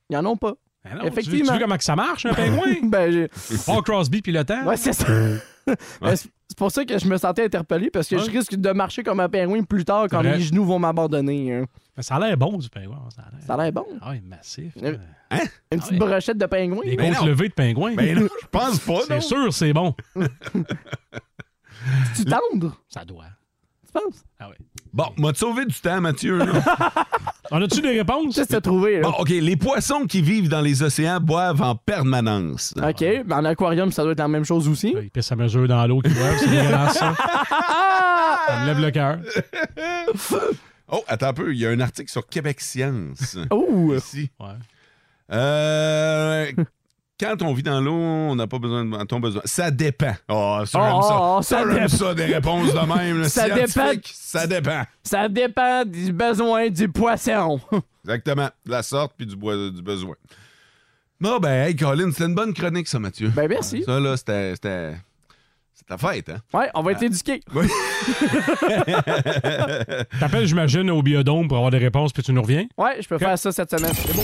Speaker 4: Ils en ont pas.
Speaker 5: Ben non, tu veux- Tu
Speaker 4: Effectivement.
Speaker 5: veux comment que ça marche, un pingouin?
Speaker 4: [LAUGHS] Ben, j'ai-
Speaker 5: Paul Crosby puis le temps.
Speaker 4: ouais, c'est ça.
Speaker 5: [LAUGHS]
Speaker 4: Ben, c'est c'est pour ça que je me sentais interpellé parce que je risque de marcher comme un pingouin plus tard quand
Speaker 5: vrai.
Speaker 4: les genoux vont m'abandonner. hein.
Speaker 5: Mais ça a l'air bon du pingouin. Ça a l'air.
Speaker 4: Ça a l'air bon.
Speaker 5: Ah oui, massif.
Speaker 4: Euh,
Speaker 5: là. Ah
Speaker 4: Une petite brochette de pingouin.
Speaker 5: Des
Speaker 3: ben
Speaker 5: côtes
Speaker 3: Hein? non.
Speaker 5: levées de pingouin.
Speaker 3: Ben non, je pense pas, non.
Speaker 5: c'est sûr, c'est
Speaker 3: [LAUGHS]
Speaker 5: bon.
Speaker 4: Tu tendre,
Speaker 5: Ça doit.
Speaker 4: tu penses?
Speaker 5: Ah oui.
Speaker 3: Bon, m'a sauvé du temps, Mathieu. là.
Speaker 5: [LAUGHS] On a-tu des réponses?
Speaker 4: Qu'est-ce que t'as trouvé, là?
Speaker 3: Bon, OK. Les poissons qui vivent dans les océans boivent en permanence.
Speaker 4: OK, ben en aquarium, ça doit être la même chose aussi.
Speaker 5: Il pisse à mesure dans l'eau qui boivent, c'est dégueulasse.
Speaker 4: [LAUGHS]
Speaker 5: Ça. ça me lève le cœur.
Speaker 3: [LAUGHS] Oh, attends un peu. Il y a un article sur Québec Science.
Speaker 4: Oh!
Speaker 3: Ici.
Speaker 5: Ouais.
Speaker 3: Euh, quand on vit dans l'eau, on n'a pas besoin de ton besoin. Ça dépend. Oh, ça,
Speaker 4: Oh,
Speaker 3: j'aime ça.
Speaker 4: oh, oh,
Speaker 3: ça,
Speaker 4: ça
Speaker 3: j'aime
Speaker 4: dépend.
Speaker 3: ça, des réponses de même.
Speaker 4: [LAUGHS]
Speaker 3: là,
Speaker 4: Ça
Speaker 3: scientifiques. Ça dépend.
Speaker 4: Ça dépend du besoin du poisson.
Speaker 3: Exactement. De la sorte puis du, bois- du besoin. Non, ben, hey, Colin, c'était une bonne chronique, ça, Mathieu.
Speaker 4: Ben, merci.
Speaker 3: Ça, là, c'était. C'était c'était ta fête, hein?
Speaker 4: Ouais, on va
Speaker 5: Ah.
Speaker 4: être
Speaker 5: [LAUGHS]
Speaker 4: éduqués.
Speaker 5: T'appelles, j'imagine, au biodôme pour avoir des réponses, puis tu nous reviens?
Speaker 4: Ouais, je peux faire ça cette semaine. C'est bon.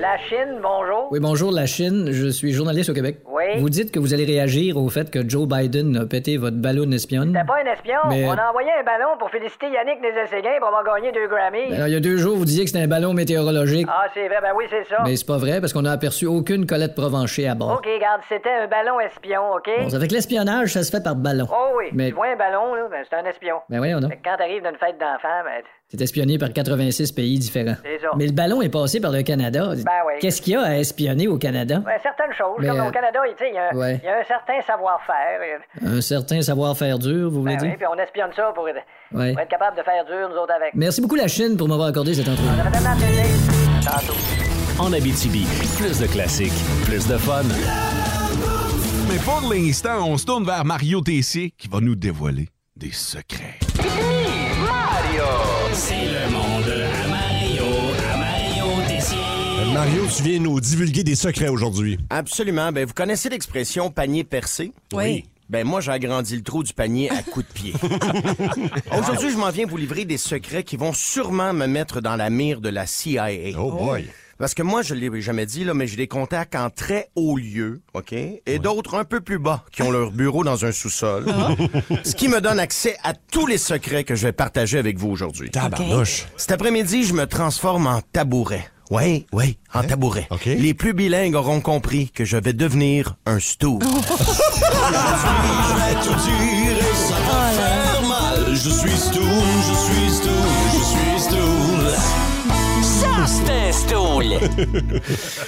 Speaker 7: La Chine, bonjour.
Speaker 8: Oui, bonjour, la Chine. Je suis journaliste au Québec.
Speaker 7: Oui.
Speaker 8: Vous dites que vous allez réagir au fait que Joe Biden a pété votre ballon espionne.
Speaker 7: T'es pas un espion.
Speaker 8: Mais-
Speaker 7: On a envoyé un ballon pour féliciter Yannick Nézet-Séguin pour avoir gagné deux Grammys.
Speaker 8: Alors, il y a deux jours, vous disiez que c'était un ballon météorologique.
Speaker 7: Ah, c'est vrai, ben oui, c'est ça.
Speaker 8: Mais c'est pas vrai parce qu'on n'a aperçu aucune Colette Provencher à bord.
Speaker 7: OK, garde, c'était un ballon espion, OK?
Speaker 8: Bon, avec l'espionnage, ça se fait par ballon.
Speaker 7: Oh oui,
Speaker 8: Mais-
Speaker 7: tu vois un ballon, là, ben c'est un espion.
Speaker 8: Ben voyons
Speaker 7: Fait
Speaker 8: donc.
Speaker 7: que quand t'arrives d'une fête d'enfants, ben...
Speaker 8: C'est espionné par 86 pays différents.
Speaker 7: C'est ça.
Speaker 8: Mais le ballon est passé par le Canada.
Speaker 7: Ben oui.
Speaker 8: Qu'est-ce qu'il y a à espionner au Canada?
Speaker 7: ben, certaines choses,
Speaker 8: Mais,
Speaker 7: comme
Speaker 8: euh,
Speaker 7: au Canada, il tu sais, il y, a un-
Speaker 8: ouais.
Speaker 7: il y a un certain savoir-faire. et-
Speaker 8: Un certain savoir-faire dur, vous voulez
Speaker 7: Ben oui,
Speaker 8: dire?
Speaker 7: puis on espionne ça pour, être-
Speaker 8: Ouais.
Speaker 7: pour être capable de faire dur, nous autres, avec.
Speaker 8: Merci beaucoup, la Chine, pour m'avoir accordé cette entrevue.
Speaker 7: Ça fait tellement plaisir.
Speaker 2: En Abitibi, plus de classiques, plus de fun.
Speaker 3: Mais pour l'instant, on se tourne vers Mario Tessier qui va nous dévoiler des secrets.
Speaker 9: Mario, tu viens nous divulguer des secrets aujourd'hui.
Speaker 10: Absolument. Ben, vous connaissez l'expression panier percé? Oui. Ben, moi, j'ai agrandi le trou du panier à coups de pied. Aujourd'hui, je m'en viens vous livrer des secrets qui vont sûrement me mettre dans la mire de la CIA.
Speaker 9: Oh boy.
Speaker 10: Parce que moi, je l'ai jamais dit, là, mais j'ai des contacts en très haut lieu, OK? Et d'autres un peu plus bas, qui ont leur bureau dans un sous-sol. Ce qui me donne accès à tous les secrets que je vais partager avec vous aujourd'hui.
Speaker 9: Tabarnouche.
Speaker 10: Cet après-midi, je me transforme en tabouret. Oui, oui, en tabouret.
Speaker 9: Hein? OK.
Speaker 10: Les plus bilingues auront compris que je vais devenir un stool.
Speaker 11: Euh,
Speaker 9: Je suis stool, je suis stool, je suis stool.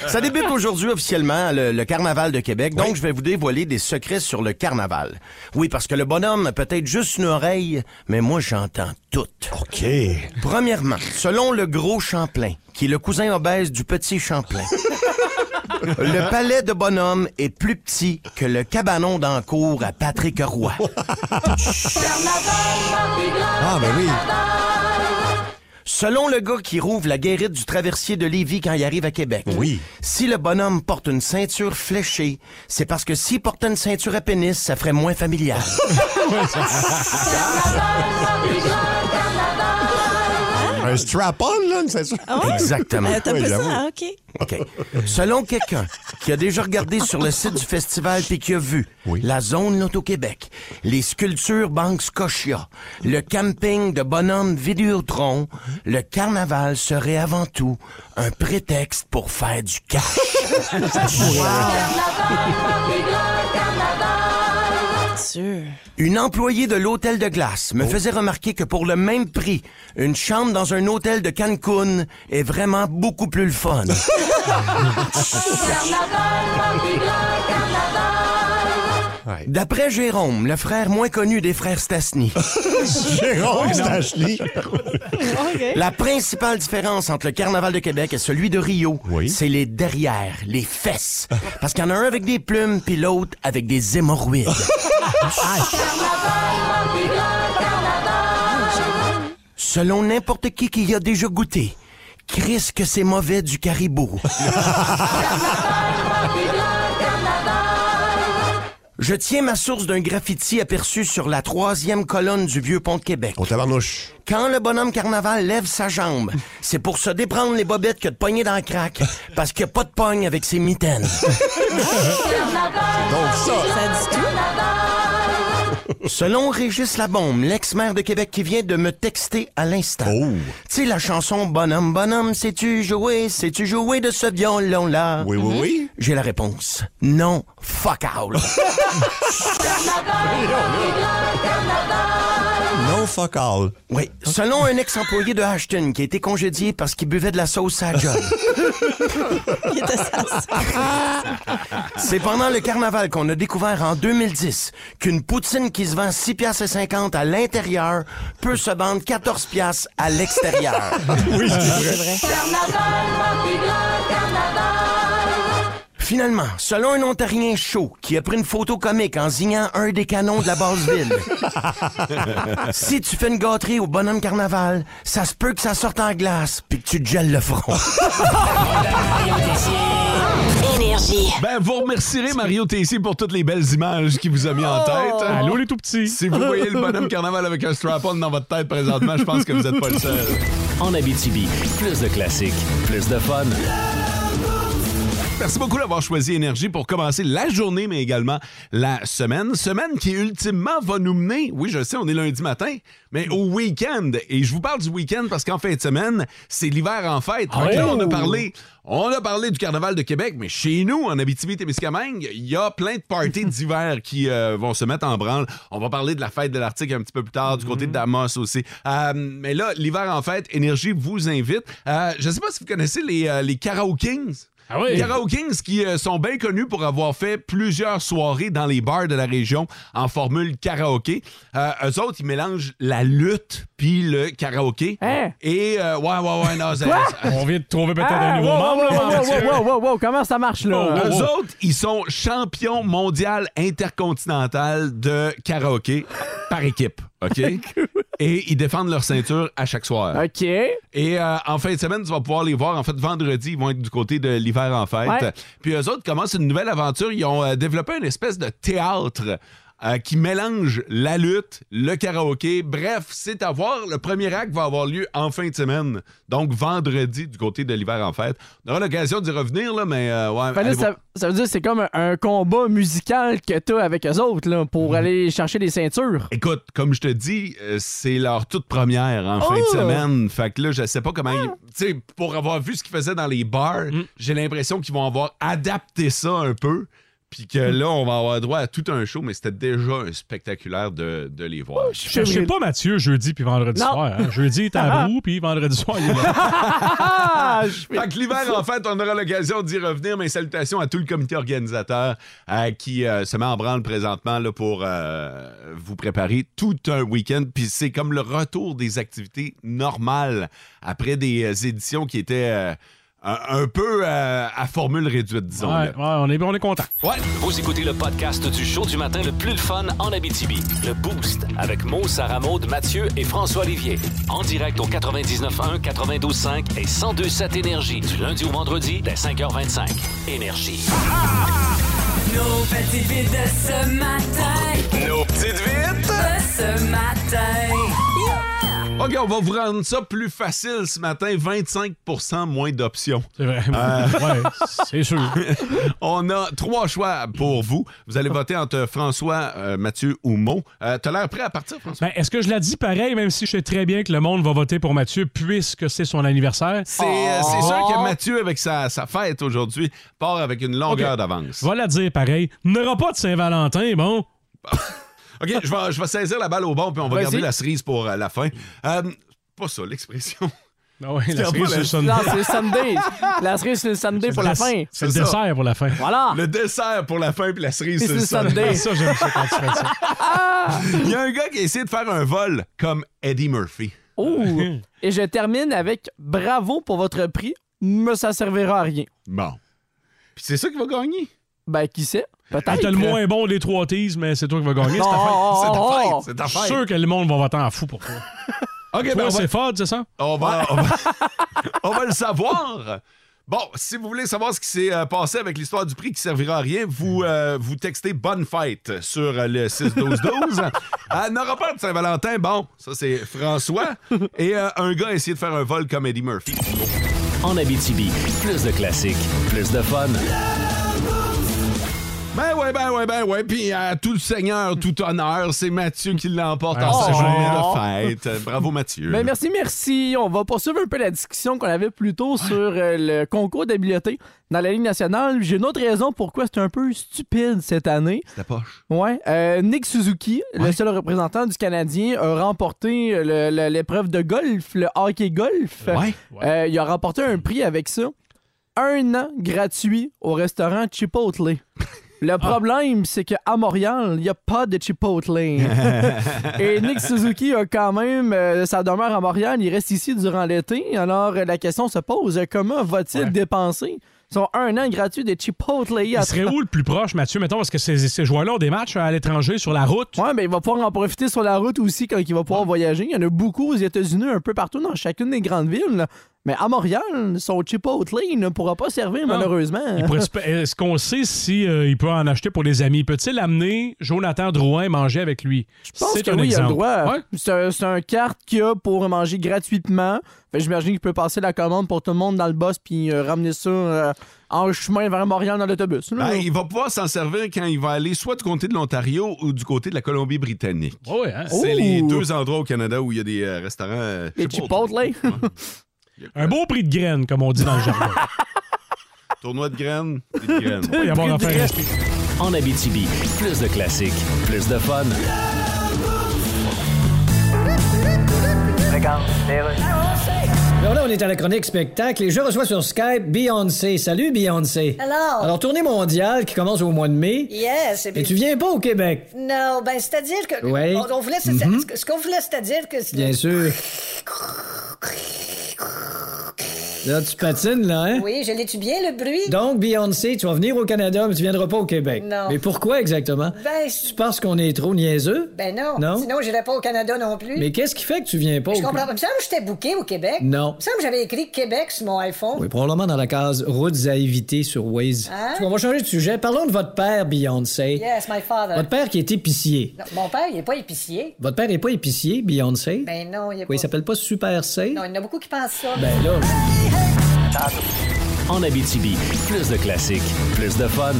Speaker 10: Ça débute aujourd'hui officiellement le, le carnaval de Québec, donc je vais vous dévoiler des secrets sur le carnaval. Oui, parce que le bonhomme a peut-être juste une oreille, mais moi j'entends tout.
Speaker 9: OK.
Speaker 10: Premièrement, selon le gros Champlain, qui est le cousin obèse du petit Champlain, le palais de bonhomme est plus petit que le cabanon d'encours à Patrick Roy.
Speaker 9: Ah, ben oui.
Speaker 10: Selon le gars qui rouvre la guérite du traversier de Lévis quand il arrive à Québec.
Speaker 9: Oui.
Speaker 10: Si le bonhomme porte une ceinture fléchée, c'est parce que s'il portait une ceinture à pénis, ça ferait moins familial.
Speaker 12: Un strap-on, là, c'est ça?
Speaker 10: Exactement.
Speaker 13: Euh, T'as
Speaker 10: Oui,
Speaker 13: pas
Speaker 10: j'avoue.
Speaker 13: ça? Ah, OK.
Speaker 10: OK. Selon quelqu'un qui a déjà regardé sur le site du festival puis qui a vu la zone Loto-Québec, les sculptures Banque Scotia, le camping de bonhomme Vidéotron, le carnaval serait avant tout un prétexte pour faire du cash. Une employée de l'hôtel de glace me faisait remarquer que pour le même prix, une chambre dans un hôtel de Cancun est vraiment beaucoup plus le fun. D'après Jérôme, le frère moins connu des frères Stasny.
Speaker 12: Jérôme Stachny.
Speaker 10: La principale différence entre le carnaval de Québec et celui de Rio, c'est les derrières, les fesses. Parce qu'il y en a un avec des plumes, puis l'autre avec des hémorroïdes. Selon n'importe qui qui y a déjà goûté, Chris que c'est mauvais du caribou. Je tiens ma source d'un graffiti aperçu sur la troisième colonne du vieux pont de Québec. Au tabarnouche. Quand le bonhomme carnaval lève sa jambe, c'est pour se déprendre les bobettes que de pogner dans le crack, parce qu'il n'y a pas de pogne avec
Speaker 12: [LAUGHS]
Speaker 10: ses mitaines.
Speaker 13: Ah,
Speaker 10: Selon Régis Labombe, l'ex-maire de Québec qui vient de me texter à l'instant.
Speaker 12: Oh.
Speaker 10: Tu sais, la chanson Bonhomme, bonhomme, sais-tu jouer, sais-tu jouer de ce violon-là?
Speaker 12: Oui, oui, oui.
Speaker 10: J'ai la réponse. Non, fuck
Speaker 12: [LAUGHS]
Speaker 10: out.
Speaker 12: No fuck all.
Speaker 10: Oui. Selon un ex-employé de Ashton qui a été congédié parce qu'il buvait de la sauce à la job.
Speaker 12: [LAUGHS]
Speaker 10: C'est pendant le carnaval qu'on a découvert en 2010 qu'une poutine qui se vend 6 piastres et 50 à l'intérieur peut se vendre 14 piastres à l'extérieur.
Speaker 12: [LAUGHS]
Speaker 10: [LAUGHS]
Speaker 12: Oui,
Speaker 9: Ah,
Speaker 12: c'est
Speaker 13: vrai.
Speaker 10: Finalement, selon un Ontarien chaud qui a pris une photo comique en zignant un des canons de la basse
Speaker 12: [LAUGHS]
Speaker 10: ville, Ah, si tu fais une gâterie au bonhomme carnaval, ça se peut que ça sorte en glace puis que tu te gèles le front.
Speaker 1: Énergie.
Speaker 3: Ben, vous remercierez Mario Tessier pour toutes les belles images qu'il vous a mis en tête. hein?
Speaker 5: Allô, les tout petits.
Speaker 3: Si vous voyez le bonhomme carnaval avec un strap-on dans votre tête présentement, je pense que vous n'êtes pas le seul.
Speaker 2: En Abitibi, plus de classiques, plus de fun.
Speaker 3: Merci beaucoup d'avoir choisi Énergie pour commencer la journée, mais également la semaine. Semaine qui, ultimement, va nous mener, oui, je sais, on est lundi matin, mais au week-end. Et je vous parle du week-end parce qu'en fin de semaine, c'est l'hiver en fête. Fait que là, on a parlé... On a parlé du Carnaval de Québec, mais chez nous, en Abitibi-Témiscamingue, il y a plein de
Speaker 5: [LAUGHS]
Speaker 3: parties d'hiver qui euh, vont se mettre en branle. On va parler de la fête de l'Arctique un petit peu plus tard, du
Speaker 5: Mhm.
Speaker 3: côté de Damas aussi. Euh, mais là, l'hiver en fête, Énergie vous invite. Euh, je ne sais pas si vous connaissez les, euh, les Karaokings.
Speaker 5: Ah oui?
Speaker 3: Les Karaokings qui euh, sont bien connus pour avoir fait plusieurs soirées dans les bars de la région en formule karaoké. Euh, eux autres, ils mélangent la lutte puis le karaoké.
Speaker 4: Hein?
Speaker 3: Et euh, ouais, ouais, ouais,
Speaker 5: [LAUGHS]
Speaker 3: non, ça-
Speaker 4: Quoi?
Speaker 3: ça-
Speaker 5: On vient de trouver peut-être
Speaker 4: Ah,
Speaker 5: un nouveau
Speaker 4: wow,
Speaker 5: membre.
Speaker 4: wow,
Speaker 5: là,
Speaker 4: wow,
Speaker 5: Mathieu.
Speaker 4: wow, wow, wow, wow, comment ça marche, là?
Speaker 5: Oh, wow.
Speaker 3: eux autres, ils sont champions mondial intercontinental de karaoké par équipe,
Speaker 5: [LAUGHS]
Speaker 3: OK? Et ils défendent leur ceinture à chaque soir.
Speaker 4: OK. Hey,
Speaker 3: Et euh, en fin de semaine, tu vas pouvoir les voir. En fait, vendredi, ils vont être du côté de l'hiver en fête.
Speaker 4: Ouais.
Speaker 3: Puis eux autres commencent une nouvelle aventure. Ils ont euh, développé une espèce de théâtre. euh, qui mélange la lutte, le karaoké. Bref, c'est à voir. Le premier acte va avoir lieu en fin de semaine. Donc, vendredi, du côté de l'hiver en fête. On aura l'occasion d'y revenir, là, mais euh, ouais.
Speaker 4: là,
Speaker 3: allez
Speaker 4: ça, ça veut dire que c'est comme un, un combat musical que t'as avec eux autres, là, pour
Speaker 5: Mhm.
Speaker 4: aller chercher les ceintures.
Speaker 3: Écoute, comme je te dis, euh, c'est leur toute première en fin de
Speaker 4: Oh!
Speaker 3: semaine. Fait que là, je sais pas comment. ils- Tu sais, pour avoir vu ce qu'ils faisaient dans les bars, j'ai l'impression qu'ils vont avoir adapté ça un peu. Puis que là, on va avoir droit à tout un show, mais c'était déjà un spectaculaire de, de les voir.
Speaker 5: Je ne sais pas, Mathieu, jeudi puis vendredi
Speaker 4: Non.
Speaker 5: soir. hein. Jeudi, il
Speaker 4: [LAUGHS]
Speaker 5: est à Brou, puis vendredi soir, il est là.
Speaker 4: Ah, je
Speaker 3: Fait que l'hiver, en fait, on aura l'occasion d'y revenir, mais salutations à tout le comité organisateur euh, qui euh, se met en branle présentement là, pour euh, vous préparer tout un week-end. Puis c'est comme le retour des activités normales après des euh, éditions qui étaient euh, un, un peu euh, à formule réduite, disons.
Speaker 5: Ouais,
Speaker 3: là.
Speaker 5: ouais, on, est, on est content.
Speaker 2: Ouais, vous écoutez le podcast du show du matin le plus le fun en Abitibi. Le Boost avec Mo, Sarah Maud, Mathieu et François Olivier. En direct au 99.1, 92.5 et 102.7 Énergie du lundi au vendredi dès 5h25. Énergie.
Speaker 14: Nos petites vites de ce matin.
Speaker 2: Nos petites vites.
Speaker 14: De ce matin. Yeah!
Speaker 3: OK, on va vous rendre ça plus facile ce matin. 25 moins d'options.
Speaker 5: C'est vrai.
Speaker 3: Euh.
Speaker 5: [LAUGHS] Ouais, c'est sûr.
Speaker 3: [LAUGHS] on a trois choix pour vous. Vous allez voter entre François, euh, Mathieu ou Mo. Euh, T'as l'air prêt à partir, François?
Speaker 5: Ben, Est-ce que je la dis pareil, même si je sais très bien que le monde va voter pour Mathieu puisque c'est son anniversaire? Oh!
Speaker 3: C'est euh, c'est sûr que Mathieu, avec sa, sa fête aujourd'hui, part avec une longueur
Speaker 5: Ok.
Speaker 3: d'avance.
Speaker 5: Va la dire pareil. N'aura pas de Saint-Valentin, bon?
Speaker 3: OK, je vais, je vais saisir la balle au bon, puis on va
Speaker 5: Vas-y.
Speaker 3: garder la cerise pour euh, la fin. Euh, c'est pas ça, l'expression.
Speaker 5: Ah ouais, la
Speaker 3: [LAUGHS] C'est
Speaker 5: cerise
Speaker 3: pas
Speaker 5: sur le Sunday.
Speaker 4: Non, c'est le samedi. La cerise, c'est le samedi pour la fin.
Speaker 5: C'est le dessert pour la fin.
Speaker 4: Voilà.
Speaker 3: Le dessert pour la fin, puis la cerise, c'est
Speaker 4: le Sunday. Ah!
Speaker 5: Ça, j'aime ça quand tu fais
Speaker 4: [LAUGHS]
Speaker 5: ça.
Speaker 3: Il y a un gars qui a essayé de faire un vol comme Eddie Murphy.
Speaker 4: Oh!
Speaker 5: [LAUGHS]
Speaker 4: Et je termine avec bravo pour votre prix, mais ça servira à rien.
Speaker 3: Bon. Puis c'est ça qui va gagner.
Speaker 4: Ben, qui sait? Peut-être.
Speaker 5: Ah, T'as le moins bon des trois teas, mais c'est toi qui vas gagner.
Speaker 4: Non,
Speaker 5: C'est ta
Speaker 4: oh,
Speaker 5: fête.
Speaker 4: oh.
Speaker 3: C'est ta
Speaker 5: Je
Speaker 3: fête.
Speaker 5: suis sûr que le monde va voter en fou pour toi.
Speaker 3: OK, ben,
Speaker 5: toi,
Speaker 3: on va-
Speaker 5: c'est fort, c'est ça?
Speaker 3: On va, on
Speaker 5: [LAUGHS]
Speaker 3: va- on va le savoir. Bon, si vous voulez savoir ce qui s'est euh, passé avec l'histoire du prix qui servira à rien, vous, euh, vous textez Bonne fête sur euh, le
Speaker 5: [LAUGHS]
Speaker 3: 6-12-12. à Nora Euh, de Saint-Valentin, bon, ça c'est François. Et euh, un gars a essayé de faire un vol comme Eddie Murphy.
Speaker 2: En Abitibi, plus de classiques, plus de fun.
Speaker 3: Ben ouais, ben ouais, ben ouais. Puis à tout le seigneur, tout honneur, c'est Mathieu qui l'emporte
Speaker 5: Ah,
Speaker 3: en sa
Speaker 5: c'est
Speaker 3: journée de fête. Bravo Mathieu.
Speaker 4: Ben, merci, merci. On va poursuivre un peu la discussion qu'on avait plus tôt sur euh, le concours d'habileté dans la Ligue nationale. J'ai une autre raison pourquoi c'était un peu stupide cette année.
Speaker 3: La poche.
Speaker 4: Ouais. Euh, Nick Suzuki, le seul représentant du Canadien, a remporté euh, le- le- l'épreuve de golf, le hockey golf.
Speaker 3: Ouais.
Speaker 4: Euh, il a remporté un prix avec ça. Un an gratuit au restaurant Chipotle.
Speaker 3: Ah.
Speaker 4: Le problème, c'est qu'à Montréal, il n'y a pas de
Speaker 3: [LAUGHS]
Speaker 4: Chipotle. Et Nick Suzuki a quand même euh, sa demeure à Montréal. Il reste ici durant l'été. Alors, euh, la question se pose euh, comment va-t-il dépenser son un an gratuit de Chipotle à
Speaker 5: [LAUGHS] Il serait où le plus proche, Mathieu, mettons, parce que ces, ces joueurs-là ont des matchs euh, à l'étranger sur la route.
Speaker 4: Ouais, ben il va pouvoir en profiter sur la route aussi quand il va pouvoir voyager. Il y en a beaucoup aux États-Unis, un peu partout dans chacune des grandes villes. là. Mais à Montréal, son Chipotle il ne pourra pas servir, malheureusement.
Speaker 5: Il pourrait se pa- Est-ce qu'on sait si euh, il peut en acheter pour des amis? Peut-il amener Jonathan Drouin manger avec lui?
Speaker 4: Je pense
Speaker 5: C'est
Speaker 4: que
Speaker 5: un
Speaker 4: oui, il a le
Speaker 5: exemple.
Speaker 4: droit.
Speaker 5: Ouais.
Speaker 4: C'est un- c'est un, carte qu'il a pour manger gratuitement. Fait que J'imagine qu'il peut passer la commande pour tout le monde dans le boss puis euh, ramener ça euh, en chemin vers Montréal dans l'autobus. là.
Speaker 3: Ben, il va pouvoir s'en servir quand il va aller soit du côté de l'Ontario ou du côté de la Colombie-Britannique.
Speaker 5: Ah ouais, hein?
Speaker 3: C'est
Speaker 4: Ouh.
Speaker 3: les deux endroits au Canada où il y a des euh, restaurants. euh,
Speaker 4: Les
Speaker 3: Chipotle.
Speaker 4: Chipotle. hein?
Speaker 5: Un beau prix de graines, comme on dit dans le jargon.
Speaker 3: Tournoi de graines. prix de graines.
Speaker 5: Il va y
Speaker 4: Prix
Speaker 5: avoir
Speaker 4: de
Speaker 5: affaire à
Speaker 4: graines.
Speaker 5: expliquer.
Speaker 2: En Abitibi, plus de classiques, plus de fun.
Speaker 8: Alors là, on est à la chronique spectacle et je reçois sur Skype Beyoncé. Salut Beyoncé.
Speaker 13: Hello.
Speaker 8: Alors, tournée mondiale qui commence au mois de mai.
Speaker 13: Yes.
Speaker 8: Et tu viens pas au Québec.
Speaker 13: Non, ben, c'est-à-dire que.
Speaker 8: Ouais.
Speaker 13: On, on voulait, c'est-
Speaker 8: Mhm.
Speaker 13: ce que- ce qu'on voulait, c'est-à-dire que.
Speaker 8: Bien sûr. Là, tu patines, là, hein?
Speaker 13: Oui, je l'ai-tu bien, le bruit?
Speaker 8: Donc, Beyoncé, tu vas venir au Canada, mais tu viendras pas au Québec.
Speaker 13: Non.
Speaker 8: Mais pourquoi exactement?
Speaker 13: Ben,
Speaker 8: Tu penses qu'on est trop niaiseux?
Speaker 13: ben non.
Speaker 8: Non?
Speaker 13: Sinon, j'irais pas au Canada non plus.
Speaker 8: Mais qu'est-ce qui fait que tu viens pas
Speaker 13: Mais
Speaker 8: au
Speaker 13: je comprends
Speaker 8: Québec?
Speaker 13: pas. Il me semble que j'étais booké au Québec.
Speaker 8: Non.
Speaker 13: Il me semble que j'avais écrit Québec sur mon iPhone.
Speaker 8: Oui, probablement dans la case routes à éviter sur Waze.
Speaker 13: Hein?
Speaker 8: En tout cas, On va changer de sujet. Parlons de votre père, Beyoncé.
Speaker 13: Yes, my father.
Speaker 8: Votre père qui est épicier.
Speaker 13: Non, mon père, il est pas épicier.
Speaker 8: Votre père n'est pas épicier, Beyoncé.
Speaker 13: Ben non, il est
Speaker 8: Quoi, il
Speaker 13: pas.
Speaker 8: s'appelle pas Super C?
Speaker 13: Non, il y en a beaucoup qui pensent ça.
Speaker 8: Ben là,
Speaker 2: En Abitibi, plus de classiques, plus de fun.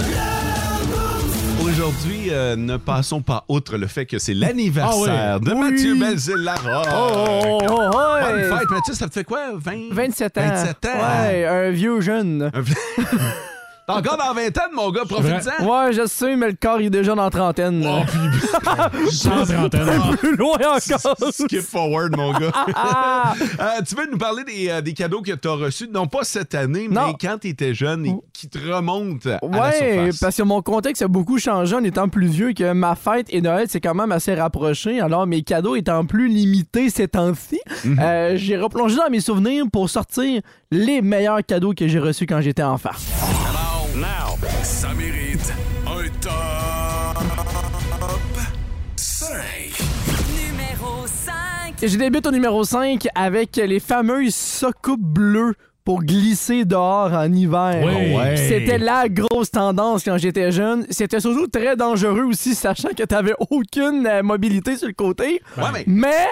Speaker 3: Aujourd'hui, euh, ne passons pas outre le fait que c'est l'anniversaire de Mathieu Belzil Larocque.
Speaker 4: Ah, Oh, oh, oh, oh,
Speaker 3: Bonne
Speaker 4: hey.
Speaker 3: fête, Mathieu. Ça te fait quoi, 20?
Speaker 4: 27 ans.
Speaker 3: 27 ans.
Speaker 4: Ouais, un vieux jeune.
Speaker 3: T'es encore dans 20 ans, mon gars. Profite-en.
Speaker 4: Ouais, je sais, mais le corps il est déjà dans la trentaine. là.
Speaker 3: Oh,
Speaker 4: [LAUGHS]
Speaker 5: Sans trentaine.
Speaker 4: Plus loin encore.
Speaker 3: Skip forward,
Speaker 4: [LAUGHS]
Speaker 3: mon gars.
Speaker 4: Ah.
Speaker 3: Euh, tu veux nous parler des, euh, des cadeaux que tu as reçus, non pas cette année, mais
Speaker 4: Non.
Speaker 3: quand tu étais jeune et qui te remontent à la
Speaker 4: Ouais,
Speaker 3: surface.
Speaker 4: parce que mon contexte a beaucoup changé en étant plus vieux que ma fête et Noël, c'est quand même assez rapproché. Alors, mes cadeaux étant plus limités ces temps-ci,
Speaker 3: Mhm.
Speaker 4: euh, j'ai replongé dans mes souvenirs pour sortir les meilleurs cadeaux que j'ai reçus quand j'étais enfant.
Speaker 9: Ça mérite un top 5.
Speaker 14: Numéro 5.
Speaker 4: Je débute au numéro 5 avec les fameuses soucoupes bleues pour glisser dehors en hiver.
Speaker 5: Oui. Oh, Ouais.
Speaker 4: C'était la grosse tendance quand j'étais jeune. C'était surtout très [LAUGHS] dangereux aussi, sachant que t'avais aucune euh, mobilité sur le côté.
Speaker 3: Ouais, mais
Speaker 4: Mais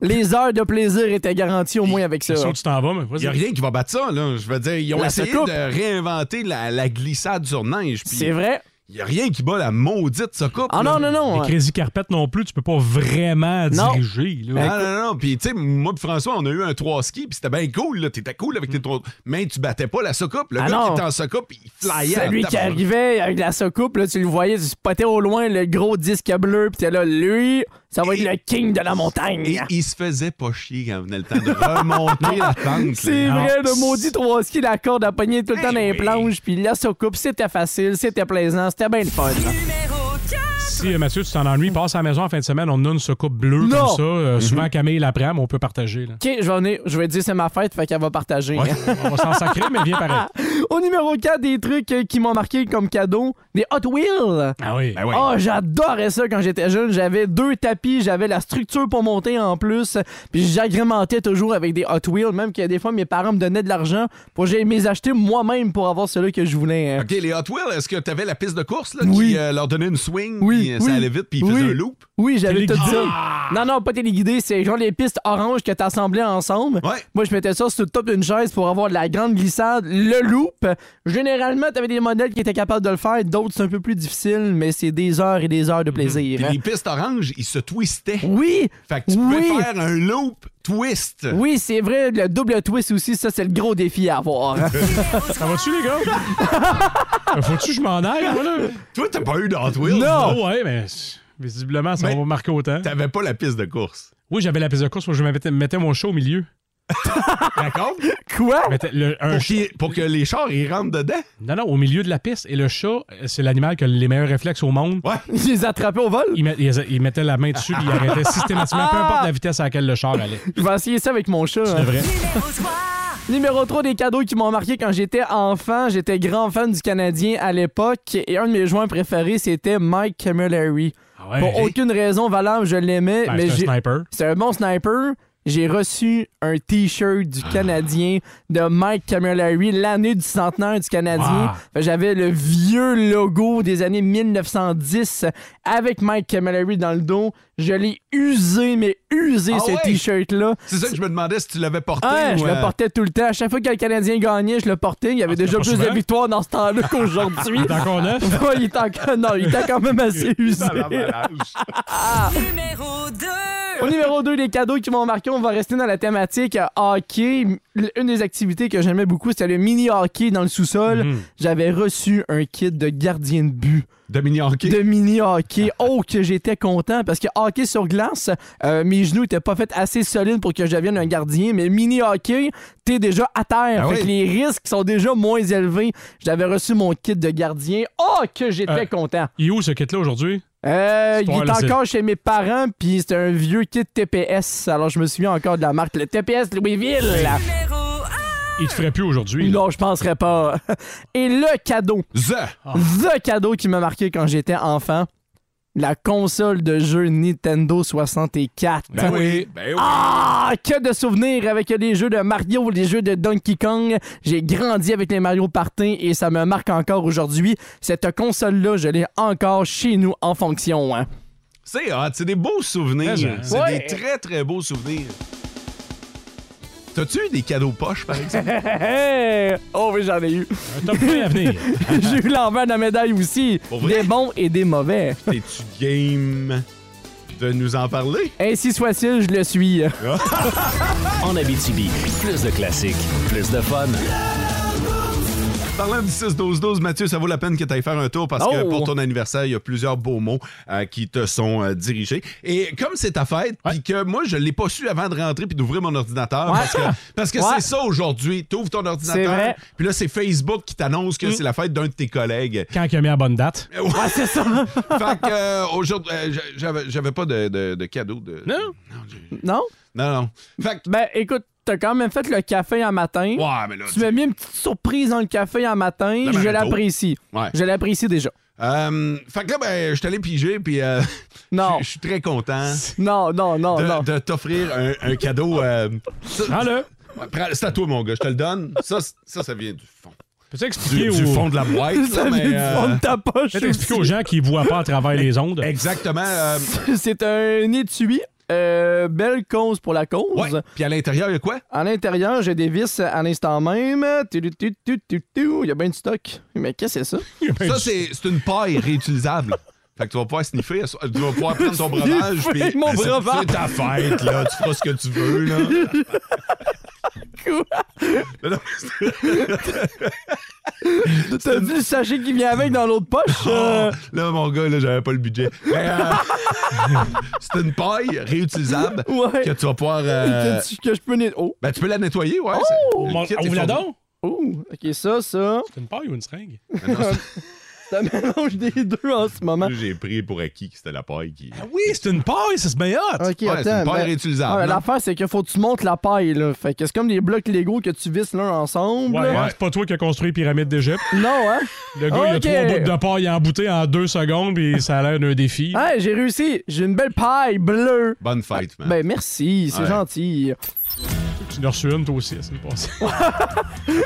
Speaker 4: Les heures de plaisir étaient garanties au moins avec ça.
Speaker 5: sûr que tu t'en vas, mais
Speaker 3: Il n'y a rien qui va battre ça, là. Je veux dire, ils ont
Speaker 4: La
Speaker 3: essayé
Speaker 4: soucoupe.
Speaker 3: de réinventer la, la glissade sur neige. puis
Speaker 5: C'est vrai.
Speaker 3: Il n'y a rien qui bat la maudite soucoupe.
Speaker 5: Ah
Speaker 3: là.
Speaker 5: non, non, non. Les Crazy Carpet non plus, tu peux pas vraiment
Speaker 3: Non.
Speaker 5: diriger.
Speaker 3: Non, non, non. Puis, tu sais, moi et François, on a eu un 3 ski, puis c'était bien cool. là. T'étais cool
Speaker 5: Mm.
Speaker 3: avec tes trois. Mais tu battais pas la soucoupe. Le
Speaker 4: Ah
Speaker 3: gars
Speaker 4: non.
Speaker 3: qui était en soucoupe, il flyait.
Speaker 4: Celui
Speaker 3: en
Speaker 4: qui
Speaker 3: tabarnak.
Speaker 4: arrivait avec la soucoupe, là, tu le voyais, tu spotais au loin le gros disque bleu, pis t'es là, lui, ça va être le king de la montagne.
Speaker 3: Et il se faisait pas chier quand venait le temps de remonter la pente. là.
Speaker 4: C'est
Speaker 5: Ah,
Speaker 4: vrai, le maudit trois skis, la corde a pogné tout le temps dans les
Speaker 3: oui.
Speaker 4: planches, puis la soucoupe, c'était facile, c'était plaisant, c'était bien le fun.
Speaker 5: Si euh, Mathieu, tu t'en ennuies, passe à la maison en fin de semaine, on a une soucoupe bleue
Speaker 4: Non.
Speaker 5: comme ça. Euh, Souvent, Camille la prend, mais on peut partager. Là.
Speaker 4: Ok, je vais, venir- je vais dire c'est ma fête, fait qu'elle va partager.
Speaker 5: on va s'en sacrer, mais viens pareil.
Speaker 4: [LAUGHS] Au numéro 4, des trucs euh, qui m'ont marqué comme cadeau, des Hot Wheels.
Speaker 5: Ah oui.
Speaker 3: Ben oui.
Speaker 4: Oh, j'adorais ça quand j'étais jeune. J'avais deux tapis, j'avais la structure pour monter en plus. Puis j'agrémentais toujours avec des Hot Wheels, même que des fois mes parents me donnaient de l'argent pour que j'aille me les acheter moi-même pour avoir ceux-là que je voulais. hein.
Speaker 3: OK, les Hot Wheels, est-ce que t'avais la piste de course là, qui euh, leur donnait une swing,
Speaker 4: Oui,
Speaker 3: puis, euh, ça
Speaker 4: oui,
Speaker 3: allait vite, puis ils
Speaker 4: oui.
Speaker 3: faisaient un loop?
Speaker 4: Oui, j'avais tout
Speaker 3: Téléguidé.
Speaker 4: ça. Non, non, pas téléguidé, c'est genre les pistes oranges que t'assemblais ensemble. Moi, je mettais ça sur le top d'une chaise pour avoir de la grande glissade, le loop. Généralement, t'avais des modèles qui étaient capables de le faire, d'autres c'est un peu plus difficile, mais c'est des heures et des heures de plaisir.
Speaker 3: Mhm. Puis
Speaker 4: hein.
Speaker 3: les pistes oranges, ils se twistaient.
Speaker 4: Oui!
Speaker 3: Fait que tu pouvais
Speaker 4: Oui.
Speaker 3: faire un loop twist.
Speaker 4: Oui, c'est vrai, le double twist aussi, ça, c'est le gros défi à avoir. hein.
Speaker 3: [LAUGHS]
Speaker 5: Ça va-tu, les gars? Faut-tu que je m'en aille, moi, là?
Speaker 3: Toi, t'as pas eu de Hot Wheels?
Speaker 5: Non! ouais, mais visiblement, ça
Speaker 3: Mais
Speaker 5: va marquer autant.
Speaker 3: T'avais pas la piste de course.
Speaker 5: Oui, j'avais la piste de course, moi, je mettais, mettais mon show au milieu.
Speaker 3: [LAUGHS] D'accord?
Speaker 4: Quoi?
Speaker 5: un
Speaker 3: pour, qu'il- pour que les chars, ils rentrent dedans?
Speaker 5: Non, non, au milieu de la piste. Et le chat, euh, c'est l'animal qui a les meilleurs réflexes au monde.
Speaker 4: [LAUGHS] Ils les attrapaient au vol?
Speaker 5: Ils, met- ils- ils mettaient la main dessus puis ils arrêtaient
Speaker 4: [LAUGHS]
Speaker 5: systématiquement, peu importe la vitesse à laquelle le char allait.
Speaker 4: Je vais essayer ça avec mon chat. hein.
Speaker 5: devrais.
Speaker 4: Numéro 3 des cadeaux qui m'ont marqué quand j'étais enfant. J'étais grand fan du Canadien à l'époque et un de mes joueurs préférés, c'était Mike Camilleri.
Speaker 3: Ah
Speaker 5: ouais?
Speaker 4: Pour aucune raison valable, je l'aimais.
Speaker 5: Ben,
Speaker 4: mais
Speaker 5: c'est un
Speaker 4: j'ai-
Speaker 5: sniper.
Speaker 4: C'est un bon sniper. J'ai reçu un T-shirt
Speaker 3: Ah.
Speaker 4: du Canadien de Mike Camilleri l'année du centenaire du Canadien.
Speaker 5: Wow.
Speaker 4: Fait que J'avais le vieux logo des années 1910 avec Mike Camilleri dans le dos. Je l'ai usé, mais usé
Speaker 3: Ah
Speaker 4: ce
Speaker 3: ouais?
Speaker 4: T-shirt-là.
Speaker 3: C'est ça que je me demandais si tu l'avais porté.
Speaker 4: Ah,
Speaker 3: ou,
Speaker 4: je le
Speaker 3: euh,
Speaker 4: portais tout le temps. À chaque fois que le Canadien gagnait, je le portais. Il y avait déjà
Speaker 5: pas
Speaker 4: plus
Speaker 5: souvent.
Speaker 4: de victoires dans ce temps-là [LAUGHS] qu'aujourd'hui.
Speaker 5: Il est encore neuf?
Speaker 4: [LAUGHS] Ouais, il est encore... Non, il était quand même assez usé.
Speaker 14: Numéro 2.
Speaker 4: Au numéro 2 des cadeaux qui m'ont marqué, on va rester dans la thématique euh, hockey. L- Une des activités que j'aimais beaucoup, c'était le mini hockey dans le sous-sol.
Speaker 3: Mhm.
Speaker 4: J'avais reçu un kit de gardien de but.
Speaker 3: De Ah. mini hockey.
Speaker 4: De mini hockey. Oh, que j'étais content parce que hockey sur glace, euh, mes genoux étaient pas faits assez solides pour que je devienne un gardien. Mais mini hockey, t'es déjà à terre.
Speaker 3: Ah
Speaker 4: fait
Speaker 3: oui.
Speaker 4: que les risques sont déjà moins élevés. J'avais reçu mon kit de gardien. Oh, que j'étais
Speaker 5: Euh,
Speaker 4: content.
Speaker 5: Il est où ce kit-là aujourd'hui?
Speaker 4: Euh, il
Speaker 5: Histoire,
Speaker 4: est
Speaker 5: là, c'est-
Speaker 4: encore chez mes parents, puis c'est un vieux kit TPS. Alors, je me souviens encore de la marque, le TPS Louisville.
Speaker 5: Il te ferait plus aujourd'hui.
Speaker 4: Non, je penserais pas. [LAUGHS] Et le cadeau.
Speaker 3: The.
Speaker 4: The cadeau qui m'a marqué quand j'étais enfant. La console de jeu Nintendo 64.
Speaker 3: Ben oui, ben oui.
Speaker 4: Ah, que de souvenirs avec les jeux de Mario, les jeux de Donkey Kong. J'ai grandi avec les Mario Party et ça me marque encore aujourd'hui. Cette console-là, je l'ai encore chez nous en fonction.
Speaker 3: [LAUGHS]
Speaker 4: hein.
Speaker 3: C'est hot, c'est des beaux souvenirs.
Speaker 4: Ouais.
Speaker 3: C'est
Speaker 4: Ouais.
Speaker 3: des très, très beaux souvenirs. T'as-tu eu des cadeaux poches,
Speaker 4: [LAUGHS]
Speaker 3: par exemple?
Speaker 4: oh oui, j'en ai eu.
Speaker 5: Un top plein à venir.
Speaker 4: [LAUGHS] J'ai eu l'envers de la médaille aussi. Des bons et des mauvais.
Speaker 3: T'es-tu game de nous en parler? Ah.
Speaker 4: Ainsi soit-il, je le suis.
Speaker 2: [LAUGHS] En Abitibi, plus de classiques, plus de fun.
Speaker 3: Parlant du 6-12-12, Mathieu, ça vaut la peine que tu ailles faire un tour parce que
Speaker 2: Oh!
Speaker 3: pour ton anniversaire, il y a plusieurs beaux mots euh, qui te sont euh, dirigés. Et comme c'est ta fête, puis que moi, je l'ai pas su avant de rentrer puis d'ouvrir mon ordinateur parce que, parce
Speaker 4: [LAUGHS]
Speaker 3: que
Speaker 4: Ouais.
Speaker 3: c'est ça aujourd'hui. Tu ouvres ton
Speaker 4: C'est
Speaker 3: ordinateur,
Speaker 4: vrai. Mm.
Speaker 3: puis là, c'est Facebook qui t'annonce que c'est la fête d'un de tes collègues.
Speaker 5: Quand il a mis la bonne
Speaker 3: [LAUGHS]
Speaker 5: date.
Speaker 3: Ah, c'est ça! fait que, euh, aujourd'hui, euh, j'a- j'avais, j'avais pas de, de- de cadeau. De...
Speaker 5: Non?
Speaker 4: Non?
Speaker 3: Non, non.
Speaker 4: Ben, écoute, t'as quand même fait le café un matin.
Speaker 3: Ouais, mais là,
Speaker 4: tu m'as mis une petite surprise dans le café un matin.
Speaker 3: La
Speaker 4: je
Speaker 3: Maréto.
Speaker 4: l'apprécie.
Speaker 3: Ouais.
Speaker 4: Je l'apprécie déjà.
Speaker 3: Euh, fait que là, ben, je suis allé piger, puis euh, [LAUGHS]
Speaker 4: Non.
Speaker 3: je je suis très content.
Speaker 4: [LAUGHS] Non, non, non, non.
Speaker 3: de, de t'offrir un, un cadeau. euh, ça- Ouais, prends- C'est à toi, mon gars, je te le donne. Ça, c'est- ça, ça vient du fond.
Speaker 5: Peux-tu expliquer
Speaker 3: du,
Speaker 5: au-
Speaker 3: du fond de
Speaker 5: [LAUGHS]
Speaker 3: la boîte,
Speaker 4: [LAUGHS] Ça
Speaker 3: là,
Speaker 4: vient
Speaker 3: mais, euh,
Speaker 4: du fond de ta poche
Speaker 5: Peut-être expliquer
Speaker 4: aussi. [LAUGHS]
Speaker 3: [LAUGHS]
Speaker 5: aux gens qui ne voient pas à travers les ondes.
Speaker 3: Exactement. euh,
Speaker 4: C'est un étui euh, belle cause pour la cause.
Speaker 3: Puis à l'intérieur, il y a quoi?
Speaker 4: À l'intérieur, j'ai des vis à l'instant même. Tu, tu, tu, tu, tu, tu. Il y a bien du stock. Mais qu'est-ce que c'est ça?
Speaker 3: Ça, c'est c'est une paille réutilisable. [LAUGHS] Fait que tu vas pouvoir sniffer, tu vas pouvoir prendre ton
Speaker 4: Sniffer
Speaker 3: breuvage. puis-
Speaker 4: mon
Speaker 3: Ben, c'est-
Speaker 4: breuvage.
Speaker 3: C'est ta fête, là. Tu feras ce que tu veux, là. Mais [LAUGHS] non,
Speaker 4: [LAUGHS] T'as vu le sachet qui vient avec dans l'autre poche? euh?
Speaker 3: Oh, Là, mon gars, là, j'avais pas le budget. Mais, euh, [LAUGHS] c'est une paille réutilisable
Speaker 4: Ouais.
Speaker 3: que tu vas pouvoir.
Speaker 4: [LAUGHS]
Speaker 3: euh,
Speaker 4: Que tu- que je peux net- oh.
Speaker 3: Ben, tu peux la nettoyer, ouais.
Speaker 4: Oh!
Speaker 3: c'est- le kit est fourni.
Speaker 4: Oh! Ok, ça, ça. C'est
Speaker 5: une paille ou une seringue?
Speaker 4: C'est un mélange des deux en ce moment.
Speaker 3: J'ai pris pour acquis que c'était la paille qui.
Speaker 5: Ah Oui, c'est une paille, ça se bien hot.
Speaker 4: Ok,
Speaker 3: Ouais,
Speaker 4: attends.
Speaker 3: c'est une paille
Speaker 4: ben-
Speaker 3: réutilisable,
Speaker 4: Ah, ben,
Speaker 3: non?
Speaker 4: L'affaire, c'est qu'il faut que tu montes la paille, là. Fait que c'est comme des blocs Lego que tu visses l'un ensemble.
Speaker 5: Ouais,
Speaker 4: là.
Speaker 5: hein, c'est pas toi qui as construit Pyramide d'Égypte.
Speaker 4: Non, hein?
Speaker 5: Le gars,
Speaker 4: Ok.
Speaker 5: il a trois bouts de paille embouté en deux secondes, puis ça a l'air d'un défi.
Speaker 4: Hey, j'ai réussi! J'ai une belle paille bleue!
Speaker 3: Bonne fête, man.
Speaker 4: Ben, merci, c'est
Speaker 5: Ouais.
Speaker 4: gentil.
Speaker 5: Tu en as reçu une, toi aussi, c'est passée.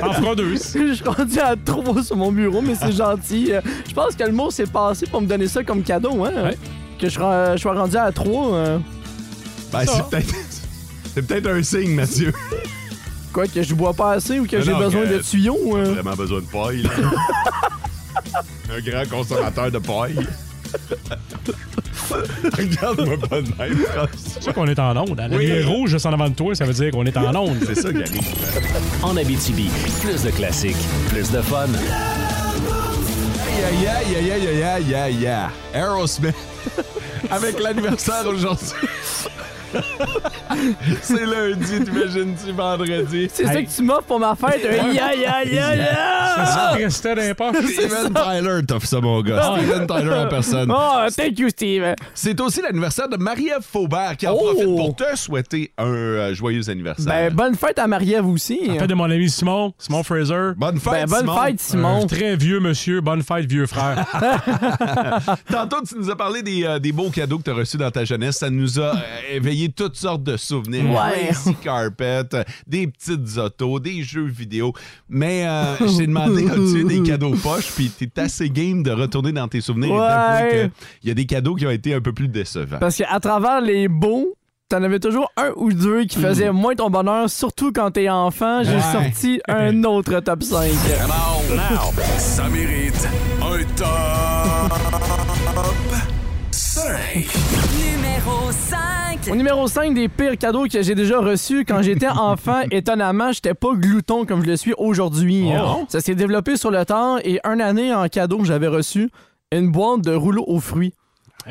Speaker 5: en fera deux.
Speaker 4: [LAUGHS] Je suis rendu à trois sur mon bureau, mais
Speaker 3: [LAUGHS]
Speaker 4: c'est gentil. Euh, Je pense que le mot s'est passé pour me donner ça comme cadeau, hein? Que je, ra- je sois rendu à trois. euh.
Speaker 3: Ben, c'est peut-être. C'est peut-être un signe, Mathieu.
Speaker 4: Quoi, que je bois pas assez ou que
Speaker 3: Non,
Speaker 4: j'ai
Speaker 3: non,
Speaker 4: besoin
Speaker 3: que-
Speaker 4: de tuyaux?
Speaker 3: T'as
Speaker 4: hein?
Speaker 3: vraiment besoin de paille, là. [LAUGHS] un grand consommateur de paille. [LAUGHS] Regarde-moi pas de même, Francis.
Speaker 5: C'est sûr qu'on est en onde. hein. La
Speaker 2: Oui.
Speaker 5: lumière rouge juste en avant de toi, ça veut dire qu'on est
Speaker 3: [LAUGHS]
Speaker 5: en onde.
Speaker 2: C'est ça qui
Speaker 3: arrive. hein.
Speaker 2: En Abitibi, plus de classiques, plus de fun.
Speaker 3: Aïe, aïe, aïe, aïe, aïe, aïe, aïe, aïe. Aerosmith. Avec l'anniversaire aujourd'hui. C'est lundi, t'imagines-tu vendredi?
Speaker 4: C'est ça que tu m'offres pour ma fête? hein? un Ya, ya, ya, ya!
Speaker 5: Ça se
Speaker 4: [LAUGHS]
Speaker 5: restait dans les
Speaker 3: [LAUGHS]
Speaker 5: poches.
Speaker 3: Steven Tyler t'offre ça, mon gars.
Speaker 4: Ah.
Speaker 3: Steven Tyler
Speaker 4: [LAUGHS]
Speaker 3: en personne.
Speaker 4: Oh, thank you, Steve.
Speaker 3: C'est aussi l'anniversaire de Marie-Ève Faubert qui en
Speaker 4: Oh!
Speaker 3: profite pour te souhaiter un euh,
Speaker 4: [LAUGHS]
Speaker 3: joyeux anniversaire.
Speaker 4: Ben, bonne fête à Marie-Ève aussi.
Speaker 5: Fête de mon ami Simon, Simon Fraser.
Speaker 3: Bonne fête,
Speaker 5: Ben,
Speaker 3: bonne Simon. fête, Simon.
Speaker 5: Un très vieux monsieur, bonne fête,
Speaker 4: [LAUGHS]
Speaker 5: vieux frère.
Speaker 3: Tantôt, tu nous as parlé des, euh, des beaux cadeaux que tu as reçus dans ta jeunesse. Ça nous a euh, éveillé toutes sortes de souvenirs.
Speaker 4: Ouais.
Speaker 3: Crazy carpet, euh, des petites autos, des jeux vidéo. Mais euh, je t'ai demandé, as-tu des cadeaux poches? Puis t'es assez game de retourner dans tes souvenirs
Speaker 4: Ouais.
Speaker 3: et d'avouer que il y a des cadeaux qui ont été un peu plus décevants.
Speaker 4: Parce qu'à travers les beaux, t'en avais toujours un ou deux qui faisaient moins ton bonheur, surtout quand t'es enfant. J'ai
Speaker 9: Mm. Ouais.
Speaker 4: sorti un autre top 5.
Speaker 9: Come on, now. Ça mérite un top 5.
Speaker 14: Numéro 5.
Speaker 4: Au numéro 5 des pires cadeaux que j'ai déjà reçus
Speaker 9: [LAUGHS]
Speaker 4: quand j'étais enfant, étonnamment, j'étais pas glouton comme je le suis aujourd'hui.
Speaker 9: Oh.
Speaker 4: Ça s'est développé sur le temps et un année en cadeau, j'avais reçu une boîte de rouleaux aux fruits.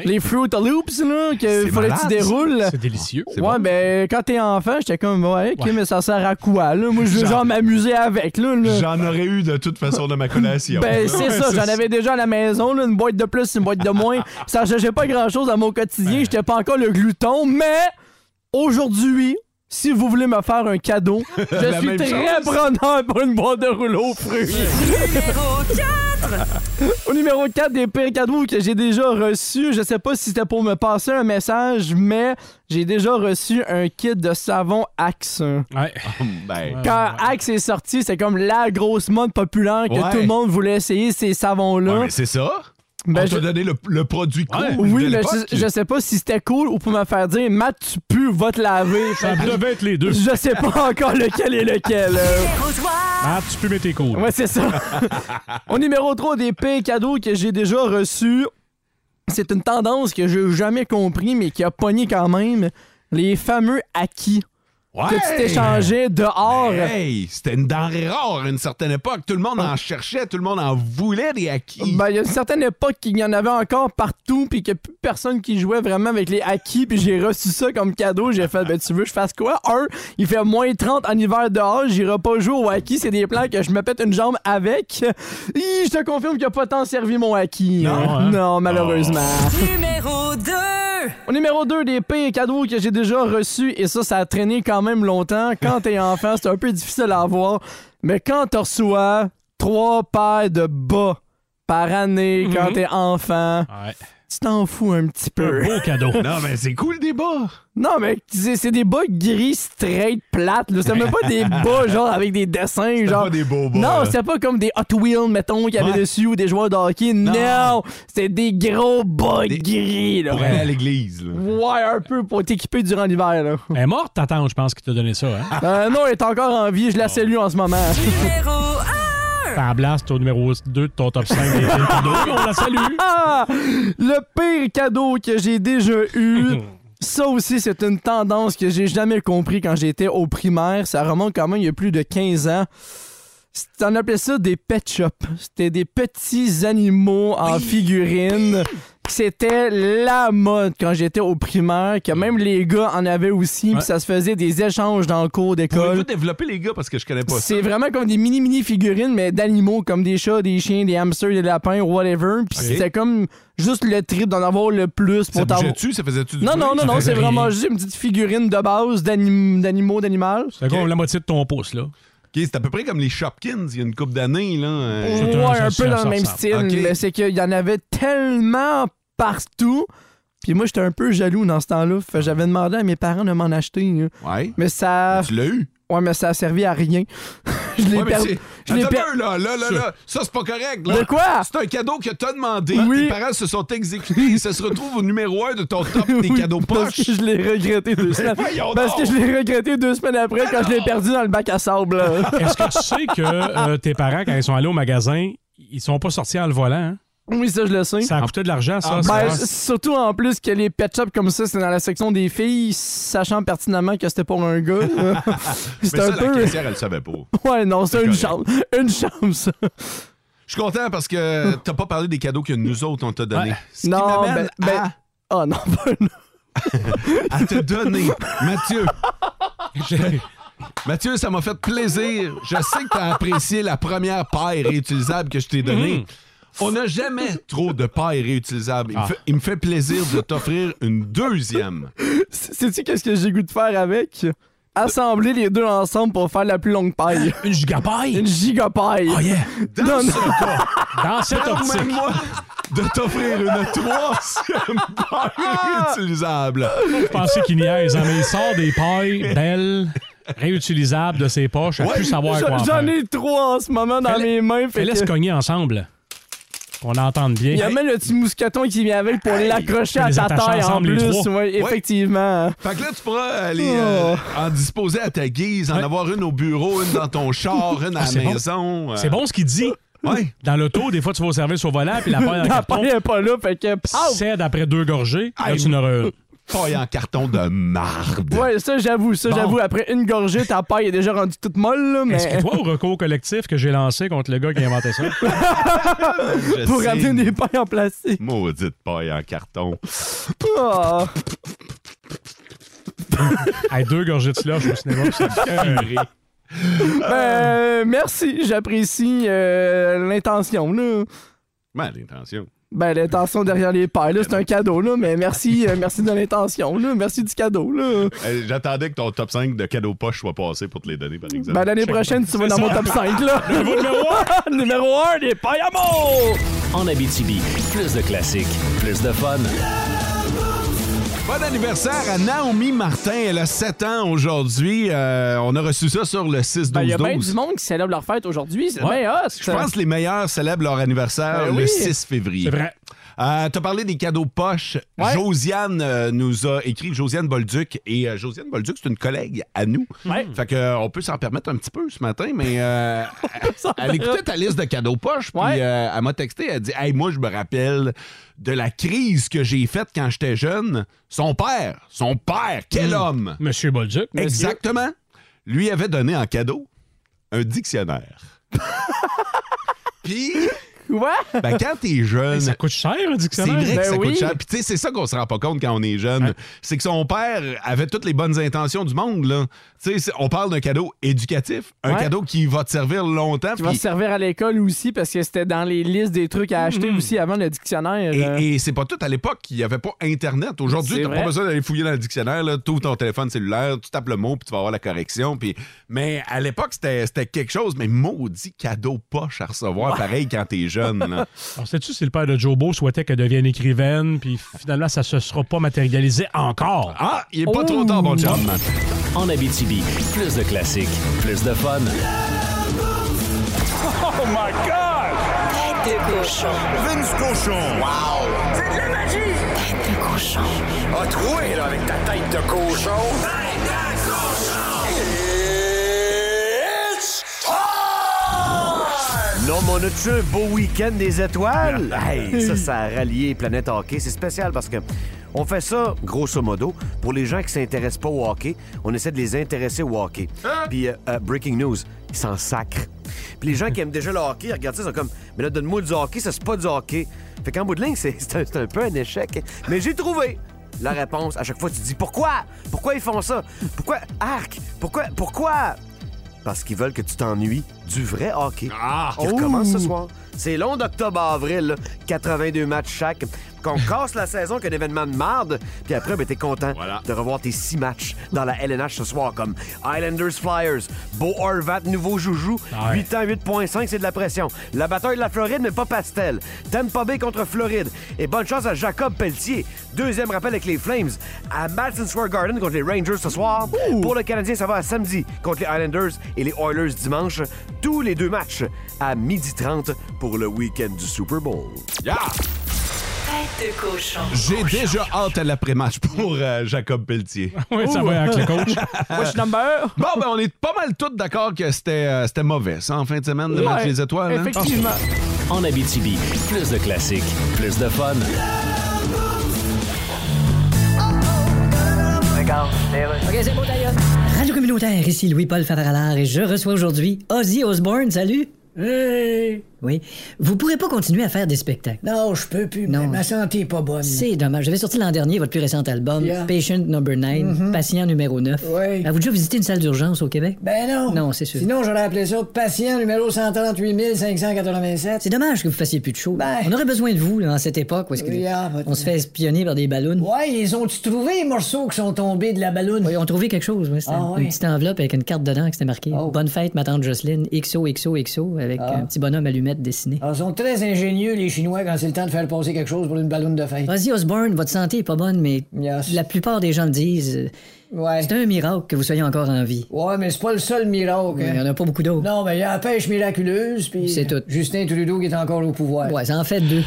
Speaker 4: Les Fruit Loops, là, Euh, que fallait que tu déroules.
Speaker 5: C'est délicieux.
Speaker 4: Ouais, ben, quand t'es enfant, j'étais comme, ouais, ok,
Speaker 5: Ouais.
Speaker 4: mais ça sert à quoi, là? Moi, je veux
Speaker 3: J'en-
Speaker 4: genre m'amuser avec, là. là.
Speaker 3: J'en aurais eu de toute façon de ma collation.
Speaker 4: Ben, c'est ça, j'en avais déjà à la maison, là, une boîte de plus, une boîte de moins. Ça changeait pas grand chose à mon quotidien, j'étais pas encore le glouton, mais aujourd'hui, si vous voulez me faire un cadeau, je
Speaker 9: La
Speaker 4: suis
Speaker 9: même
Speaker 4: très
Speaker 9: chose.
Speaker 4: preneur pour une boîte de rouleaux aux fruits.
Speaker 14: Numéro
Speaker 5: [LAUGHS]
Speaker 14: 4.
Speaker 4: [LAUGHS] Au numéro 4 des pires cadeaux que j'ai déjà reçus, je sais pas si c'était pour me passer un message, mais j'ai déjà reçu un kit de savon Axe.
Speaker 5: Ouais.
Speaker 3: ben.
Speaker 4: Quand Axe est sorti, c'est comme la grosse mode populaire que
Speaker 3: Ouais.
Speaker 4: tout le monde voulait essayer ces savons-là.
Speaker 3: Ouais, mais c'est ça.
Speaker 4: Ben,
Speaker 3: On
Speaker 4: je-
Speaker 3: t'a donné le, le produit cool.
Speaker 4: Oui,
Speaker 3: de
Speaker 4: mais
Speaker 3: l'époque.
Speaker 4: je, je sais pas si c'était cool ou pour me faire dire Matt, tu pues, va te laver.
Speaker 5: Ça
Speaker 4: Fait que-
Speaker 5: devait être les deux.
Speaker 4: Je sais pas encore lequel est lequel. euh.
Speaker 14: Numéro 3.
Speaker 5: Ah, tu peux mettre tes coudes.
Speaker 4: Ouais, c'est ça. Au numéro 3 des pays cadeaux que j'ai déjà reçus, c'est une tendance que j'ai jamais compris, mais qui a pogné quand même. Les fameux acquis que tu t'échangeais dehors.
Speaker 3: Ben, Hey, c'était une denrée rare à une certaine époque. Tout le monde en cherchait, tout le monde en voulait des acquis.
Speaker 4: Ben, il y a une certaine époque qu'il y en avait encore partout, puis que plus personne qui jouait vraiment avec les acquis, puis j'ai reçu ça comme cadeau. J'ai fait, ben, tu veux que je fasse quoi? Un, il fait moins 30 en hiver dehors, j'irai pas jouer au acquis, c'est des plans que je me pète une jambe avec. Hi, je te confirme qu'il a pas tant servi mon acquis.
Speaker 9: Non, hein?
Speaker 4: Non, malheureusement.
Speaker 14: Numéro 2.
Speaker 4: Au numéro 2 des pires cadeaux que j'ai déjà reçus, et ça, ça a traîné quand même longtemps. Quand t'es enfant, c'est un peu difficile à avoir. Mais quand t'en reçois trois paires de bas par année quand
Speaker 5: Mhm.
Speaker 4: t'es enfant, tu t'en fous un petit peu.
Speaker 3: Mm-hmm. Un beau
Speaker 4: [LAUGHS]
Speaker 3: cadeau. Non, mais c'est cool des bas.
Speaker 4: Non, mais c'est c'est des bas gris, straight, plates. là. C'est même pas
Speaker 3: [LAUGHS]
Speaker 4: des bas, genre, avec des dessins. genre.
Speaker 3: pas des beaux bas,
Speaker 4: Non,
Speaker 3: là.
Speaker 4: c'était pas comme des Hot Wheels, mettons, qu'il y avait
Speaker 3: Ouais.
Speaker 4: dessus ou des joueurs de hockey. Non, c'était des gros bas
Speaker 5: Des-
Speaker 4: gris. Là.
Speaker 5: Pour aller à
Speaker 3: l'église.
Speaker 4: Ouais, un peu pour t'équiper durant l'hiver. là.
Speaker 5: [LAUGHS] Elle est morte, ta tante, je pense, qui t'a donné ça. Hein?
Speaker 4: Euh, non, elle est encore en vie. Je la salue en ce moment.
Speaker 14: Numéro 1.
Speaker 5: T'en blast au numéro 2 de ton top 5 des films
Speaker 4: [LAUGHS]
Speaker 5: cadeaux. On la salue.
Speaker 4: Le pire cadeau que j'ai déjà
Speaker 5: [LAUGHS]
Speaker 4: eu. Ça aussi, c'est une tendance que j'ai jamais compris quand j'étais au primaire. Ça remonte quand même il y a plus de 15 ans. C'est- On appelait ça des pet shops. C'était des petits animaux en figurines. C'était la mode quand j'étais au primaire,
Speaker 5: Mm.
Speaker 4: que même les gars en avaient aussi, puis ça se faisait des échanges dans le cours d'école.
Speaker 3: Pouvez-vous développer les gars parce que je connais pas ça?
Speaker 4: C'est vraiment comme des mini-mini figurines, mais d'animaux, comme des chats, des chiens, des hamsters, des lapins, whatever. Puis
Speaker 3: Ok.
Speaker 4: c'était comme juste le trip d'en avoir le plus pour
Speaker 3: Ça
Speaker 4: t'avoir.
Speaker 3: bougeait-tu? Ça faisait-tu du
Speaker 4: Non,
Speaker 3: bruit?
Speaker 4: non, non,
Speaker 3: Ça
Speaker 4: non,
Speaker 3: faisait
Speaker 4: c'est
Speaker 3: rien.
Speaker 4: vraiment juste une petite figurine de base d'anim- d'animaux, d'animal.
Speaker 5: C'est comme la moitié de ton pouce, là.
Speaker 3: c'est à peu près comme les Shopkins il y a une couple d'années. là. euh,
Speaker 4: Ouais, un peu dans le même style,
Speaker 3: Ok.
Speaker 4: mais c'est qu'il y en avait tellement partout. Puis moi, j'étais un peu jaloux dans ce temps-là. Fait que J'avais demandé à mes parents de m'en acheter. là.
Speaker 3: Ah. Ouais.
Speaker 4: Mais ça.
Speaker 3: Tu l'as eu?
Speaker 4: Ouais, mais ça a servi à rien. [LAUGHS] je l'ai
Speaker 3: Ouais, mais
Speaker 4: perdu.
Speaker 3: c'est-
Speaker 4: Je l'ai
Speaker 3: Attends
Speaker 4: per-
Speaker 3: un peu, là, là, là, là. Ça, c'est pas correct. Là.
Speaker 4: De quoi?
Speaker 3: C'est un cadeau que t'as demandé.
Speaker 4: Oui.
Speaker 3: Tes parents se sont exécutés. ça se retrouve au numéro 1 de ton top
Speaker 4: [LAUGHS]
Speaker 3: des
Speaker 4: Oui,
Speaker 3: cadeaux
Speaker 4: Parce
Speaker 3: poches.
Speaker 4: que je l'ai regretté
Speaker 3: [LAUGHS]
Speaker 4: deux semaines.
Speaker 3: voyons
Speaker 4: Parce
Speaker 3: donc!
Speaker 4: que je l'ai
Speaker 3: [LAUGHS]
Speaker 4: regretté deux semaines après quand je l'ai perdu dans le bac à sable.
Speaker 5: Est-ce que tu sais
Speaker 3: [LAUGHS]
Speaker 5: que euh, tes parents, quand ils sont allés au magasin, ils sont pas sortis en le volant? hein?
Speaker 4: Oui, ça, je le sais.
Speaker 5: Ça a coûté de l'argent, ça.
Speaker 3: Ah,
Speaker 4: Ben,
Speaker 5: ça.
Speaker 4: s- surtout en plus que les pet shops comme ça, c'est dans la section des filles, sachant pertinemment que c'était pour un gars.
Speaker 3: [LAUGHS] Mais
Speaker 4: C'était
Speaker 3: ça,
Speaker 4: un
Speaker 3: la
Speaker 4: peu.
Speaker 3: caissière, elle le savait pas.
Speaker 4: Ouais, non, c'est une chance. Une chance.
Speaker 3: Je suis content parce que t'as pas parlé des cadeaux que nous autres on t'a donnés. Ce qui
Speaker 4: non, ben.
Speaker 3: m'amène
Speaker 4: ben- Oh non, [LAUGHS] ben non.
Speaker 3: à te donner, Mathieu. J'ai- Mathieu, ça m'a fait plaisir. Je sais que t'as apprécié la première paille réutilisable que je t'ai
Speaker 4: Mm.
Speaker 3: donnée. On n'a jamais trop de pailles réutilisables. Il,
Speaker 4: Ah.
Speaker 3: me fait- il me fait plaisir de t'offrir une deuxième.
Speaker 4: [LAUGHS] Sais-tu qu'est-ce que j'ai goût de faire avec? Assembler les deux ensemble pour faire la plus longue paille.
Speaker 5: [LAUGHS] Une gigapaille? Ah,
Speaker 4: Une gigapaille. Oh yeah.
Speaker 3: Dans ce cas,
Speaker 5: Dans cette optique.
Speaker 3: permets-moi de t'offrir une
Speaker 5: [LAUGHS]
Speaker 3: troisième
Speaker 9: [LAUGHS]
Speaker 3: paille réutilisable.
Speaker 5: Je pensais qu'il niaise, hein, mais il sort des pailles belles, réutilisables de ses poches, à plus savoir quoi en
Speaker 4: J'en
Speaker 5: faire.
Speaker 4: ai trois en ce moment dans mes mains. fait
Speaker 5: Fais-les se
Speaker 4: que-
Speaker 5: cogner ensemble. Qu'on entende bien.
Speaker 4: Il y a même le petit mousqueton qui vient avec pour l'accrocher
Speaker 5: Tu peux
Speaker 4: à
Speaker 5: les
Speaker 4: ta
Speaker 5: attacher
Speaker 4: taille en
Speaker 5: ensemble, les
Speaker 4: plus.
Speaker 5: trois.
Speaker 4: ouais,
Speaker 5: Ouais.
Speaker 4: effectivement.
Speaker 3: Fait que là, tu pourras aller
Speaker 4: Oh.
Speaker 3: euh, en disposer à ta guise, en avoir une au bureau, une dans ton char, une à
Speaker 5: Ah,
Speaker 3: la
Speaker 5: c'est bon.
Speaker 3: maison. euh.
Speaker 5: C'est bon ce qu'il dit.
Speaker 3: Ouais.
Speaker 5: Dans l'auto, des fois, tu vas au service au volant, puis la paille
Speaker 4: [LAUGHS]
Speaker 5: en
Speaker 4: La
Speaker 5: carton
Speaker 4: paille est pas là, fait que. pow!
Speaker 5: cède après deux gorgées. Là,
Speaker 3: Hey,
Speaker 5: tu n'auras une.
Speaker 3: Paille en carton de marde.
Speaker 4: Ouais, ça j'avoue, ça
Speaker 5: Bon.
Speaker 4: j'avoue. Après une gorgée, ta paille est déjà rendue toute molle, là,
Speaker 5: Est-ce
Speaker 4: mais. [LAUGHS]
Speaker 5: que toi, au recours collectif que j'ai lancé contre le gars qui a inventé ça,
Speaker 3: Je
Speaker 4: Pour
Speaker 3: sais.
Speaker 4: ramener des pailles en plastique.
Speaker 3: Maudite paille en carton.
Speaker 4: Ah.
Speaker 5: hey, deux gorgées de slush au cinéma, puis ça me fait rire.
Speaker 4: [LAUGHS] Ben, merci, j'apprécie euh, l'intention, là.
Speaker 3: Mal l'intention.
Speaker 4: Ben, l'intention derrière les pailles, là, c'est un cadeau, là, mais merci, euh, merci de l'intention, là. Merci du cadeau, là.
Speaker 3: Euh, J'attendais que ton top 5 de cadeaux poche soit passé pour te les donner, par exemple.
Speaker 4: Ben, l'année prochaine, tu vas dans mon top 5, là.
Speaker 5: numéro
Speaker 4: Numéro 1, les pailles à mots!
Speaker 2: En Abitibi, plus de classiques, plus de fun.
Speaker 3: Bon anniversaire à Naomi Martin. Elle a 7 ans aujourd'hui. Euh, on a reçu ça sur le 6-12-12.
Speaker 4: Ben, il y a bien du monde qui célèbre leur fête aujourd'hui. C'est
Speaker 3: Ouais.
Speaker 4: bien hot.
Speaker 3: Je pense que les meilleurs célèbrent leur anniversaire
Speaker 4: Ben
Speaker 3: le
Speaker 4: oui.
Speaker 3: 6 février.
Speaker 5: C'est vrai.
Speaker 3: Euh, T'as parlé des cadeaux poches.
Speaker 4: Ouais.
Speaker 3: Josiane euh, nous a écrit, Josiane Bolduc. Et euh, Josiane Bolduc, c'est une collègue à nous.
Speaker 4: Ouais.
Speaker 3: Fait que, euh, on peut s'en permettre un petit peu ce matin, mais
Speaker 4: [LAUGHS]
Speaker 3: euh, elle écoutait ta liste de cadeaux poches. Puis
Speaker 4: Ouais.
Speaker 3: euh, elle m'a texté. Elle dit Hey, moi, je me rappelle de la crise que j'ai faite quand j'étais jeune. Son père, son père, quel homme
Speaker 5: Hmm. Monsieur Bolduc.
Speaker 3: Exactement. Lui avait donné en cadeau un dictionnaire. Puis,
Speaker 4: Quoi?
Speaker 3: ben, quand t'es jeune,
Speaker 5: Hey, ça coûte cher, un
Speaker 3: c'est
Speaker 5: dictionnaire.
Speaker 3: vrai que ça
Speaker 4: Ben
Speaker 3: coûte
Speaker 4: oui.
Speaker 3: cher. Puis, tu sais, c'est ça qu'on se rend pas compte quand on est jeune. C'est que son père avait toutes les bonnes intentions du monde, là. Tu sais, c'est- on parle d'un cadeau éducatif, un
Speaker 4: Ouais.
Speaker 3: cadeau qui va te servir longtemps.
Speaker 4: Tu vas
Speaker 3: puis-
Speaker 4: se servir à l'école aussi parce que c'était dans les listes des trucs à acheter aussi avant le dictionnaire. euh.
Speaker 3: Et, et c'est pas tout à l'époque, il n'y avait pas Internet. Aujourd'hui,
Speaker 4: C'est
Speaker 3: t'as
Speaker 4: vrai.
Speaker 3: pas besoin d'aller fouiller dans le dictionnaire, là, t'ouvres ton téléphone cellulaire, tu tapes le mot, puis tu vas avoir la correction. Puis... Mais à l'époque, c'était c'était quelque chose, mais maudit cadeau poche à recevoir, pareil, quand t'es jeune. là.
Speaker 5: [LAUGHS] Alors, sais-tu si le père de Jobo souhaitait qu'elle devienne écrivaine, puis finalement, ça se sera pas matérialisé encore? Oh!
Speaker 3: Ah, il est pas trop tard, mon chum.
Speaker 2: En Abitibi, plus de classiques, plus de fun.
Speaker 9: Oh my God! Tête de cochon. Vince cochon. Wow! C'est de la magie! Tête de cochon. A troué, là, avec ta tête de cochon. Tête de cochon! It's
Speaker 11: Non, mon tu un beau week-end des étoiles? Hey, ça, ça a rallié Planète Hockey. C'est spécial parce que on fait ça, grosso modo, pour les gens qui s'intéressent pas au hockey. On essaie de les intéresser au hockey. Puis, euh, euh, breaking news, ils s'en sacrent. Puis les gens qui aiment déjà le hockey, ils regardent ça, ils sont comme, mais là, donne-moi du hockey, ça, c'est pas du hockey. Fait qu'en bout de ligne, c'est c'est un, c'est un peu un échec. Mais j'ai trouvé la réponse. À chaque fois, tu te dis, pourquoi? Pourquoi ils font ça? Pourquoi? Arc! Pourquoi? Pourquoi? Parce qu'ils veulent que tu t'ennuies du vrai hockey. Ah! Qui recommence ce soir. C'est long d'octobre à avril, là. 82 matchs chaque. Qu'on casse la saison qu'un événement de marde, puis après, ben, t'es content de revoir tes six matchs dans la LNH ce soir, comme Islanders Flyers, Beau Horvat, nouveau joujou, 8 ans, 8.5, c'est de la pression. La bataille de la Floride, mais pas pastel. Tampa Bay contre Floride. Et bonne chance à Jacob Pelletier. Deuxième rappel avec les Flames à Madison Square Garden contre les Rangers ce soir. Pour le Canadien, ça va à samedi contre les Islanders et les Oilers dimanche. Tous les deux matchs à 12h30 pour le week-end du Super Bowl.
Speaker 1: Tête de cochon.
Speaker 5: Oh,
Speaker 3: J'ai déjà hâte à l'après-match pour euh, Jacob Pelletier.
Speaker 5: [LAUGHS] Oui, ça va avec le
Speaker 3: [LAUGHS]
Speaker 5: coach.
Speaker 3: Moi, je number. Bon, ben, on est pas mal tous d'accord que c'était euh, c'était mauvais, ça, en fin de semaine, le
Speaker 2: Ouais,
Speaker 3: match des étoiles. hein?
Speaker 2: effectivement. En Abitibi, plus de classiques, plus de fun.
Speaker 13: OK, c'est bon, d'ailleurs.
Speaker 8: Radio communautaire, ici Louis-Paul Favaralard et je reçois aujourd'hui Ozzy Osbourne. Salut! Oui. Vous pourrez pas continuer à faire des spectacles.
Speaker 13: Non, je peux plus. mais Ma santé est pas bonne.
Speaker 8: C'est dommage. J'avais sorti l'an dernier votre plus récent album,
Speaker 13: Yeah. Mm-hmm.
Speaker 8: Patient Number 9, Patient numéro 9.
Speaker 13: Oui.
Speaker 8: Avez-vous déjà visité une salle d'urgence au Québec?
Speaker 13: Ben non.
Speaker 8: Non, c'est sûr.
Speaker 13: Sinon, j'aurais appelé ça patient numéro 138 587.
Speaker 8: C'est dommage que vous fassiez plus de show.
Speaker 13: Ben.
Speaker 8: On aurait besoin de vous là, en cette époque où est-ce que
Speaker 13: Oui, ah, votre-
Speaker 8: on se fait espionner par des ballons.
Speaker 13: Ouais, ils ont-tu trouvé les morceaux qui sont tombés de la ballonne?
Speaker 8: Oui, on trouvait quelque chose. oui. C'était
Speaker 13: Ah,
Speaker 8: une
Speaker 13: oui.
Speaker 8: petite enveloppe avec une carte dedans qui c'était marqué Bonne fête, ma tante Jocelyne, XO, XO, XO, avec
Speaker 13: Ah.
Speaker 8: un petit bonhomme allumette dessiné.
Speaker 13: Alors, ils sont très ingénieux, les Chinois, quand c'est le temps de faire passer quelque chose pour une ballonne de fête.
Speaker 8: Ozzy Osbourne, votre santé est pas bonne, mais la plupart des gens le disent. euh, C'est un miracle que vous soyez encore en vie.
Speaker 13: Ouais, mais c'est pas le seul miracle.
Speaker 8: Il n'y en a pas beaucoup d'autres.
Speaker 13: Non, mais il y a la pêche miraculeuse, puis.
Speaker 8: C'est tout.
Speaker 13: Justin Trudeau qui est encore au pouvoir.
Speaker 8: Ouais, ça en fait deux.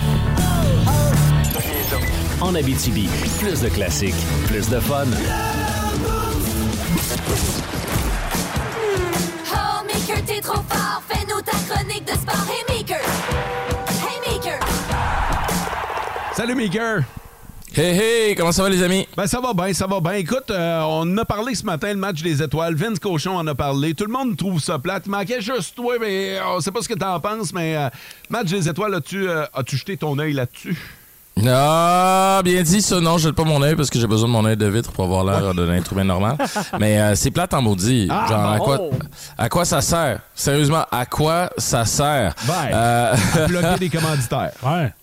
Speaker 2: En Abitibi, plus de classiques, plus de fun.
Speaker 15: Oh, Maker, t'es trop fort. Fais-nous ta chronique de sport. Hey, Maker. Hey, Maker.
Speaker 3: Salut, Maker! Hey, hey! Comment ça va, les amis? Ben, ça va bien, ça va bien. Écoute, euh, on en a parlé ce matin, le match des étoiles. Vince Cochon en a parlé. Tout le monde trouve ça plate. Manquait juste toi, mais euh, on sait pas ce que t'en penses, mais euh, match des étoiles, as-tu euh, as-tu jeté ton œil là-dessus?
Speaker 16: Ah, bien dit ça. Non, je jette pas mon œil parce que j'ai besoin de mon œil de vitre pour avoir l'air d'un être humain
Speaker 3: [LAUGHS]
Speaker 16: normal. Mais euh, c'est plate en maudit.
Speaker 9: Ah,
Speaker 16: Genre, à quoi,
Speaker 9: oh.
Speaker 16: à quoi ça sert? Sérieusement, à quoi ça sert? Euh, [LAUGHS]
Speaker 3: Ben, Bloquer des commanditaires.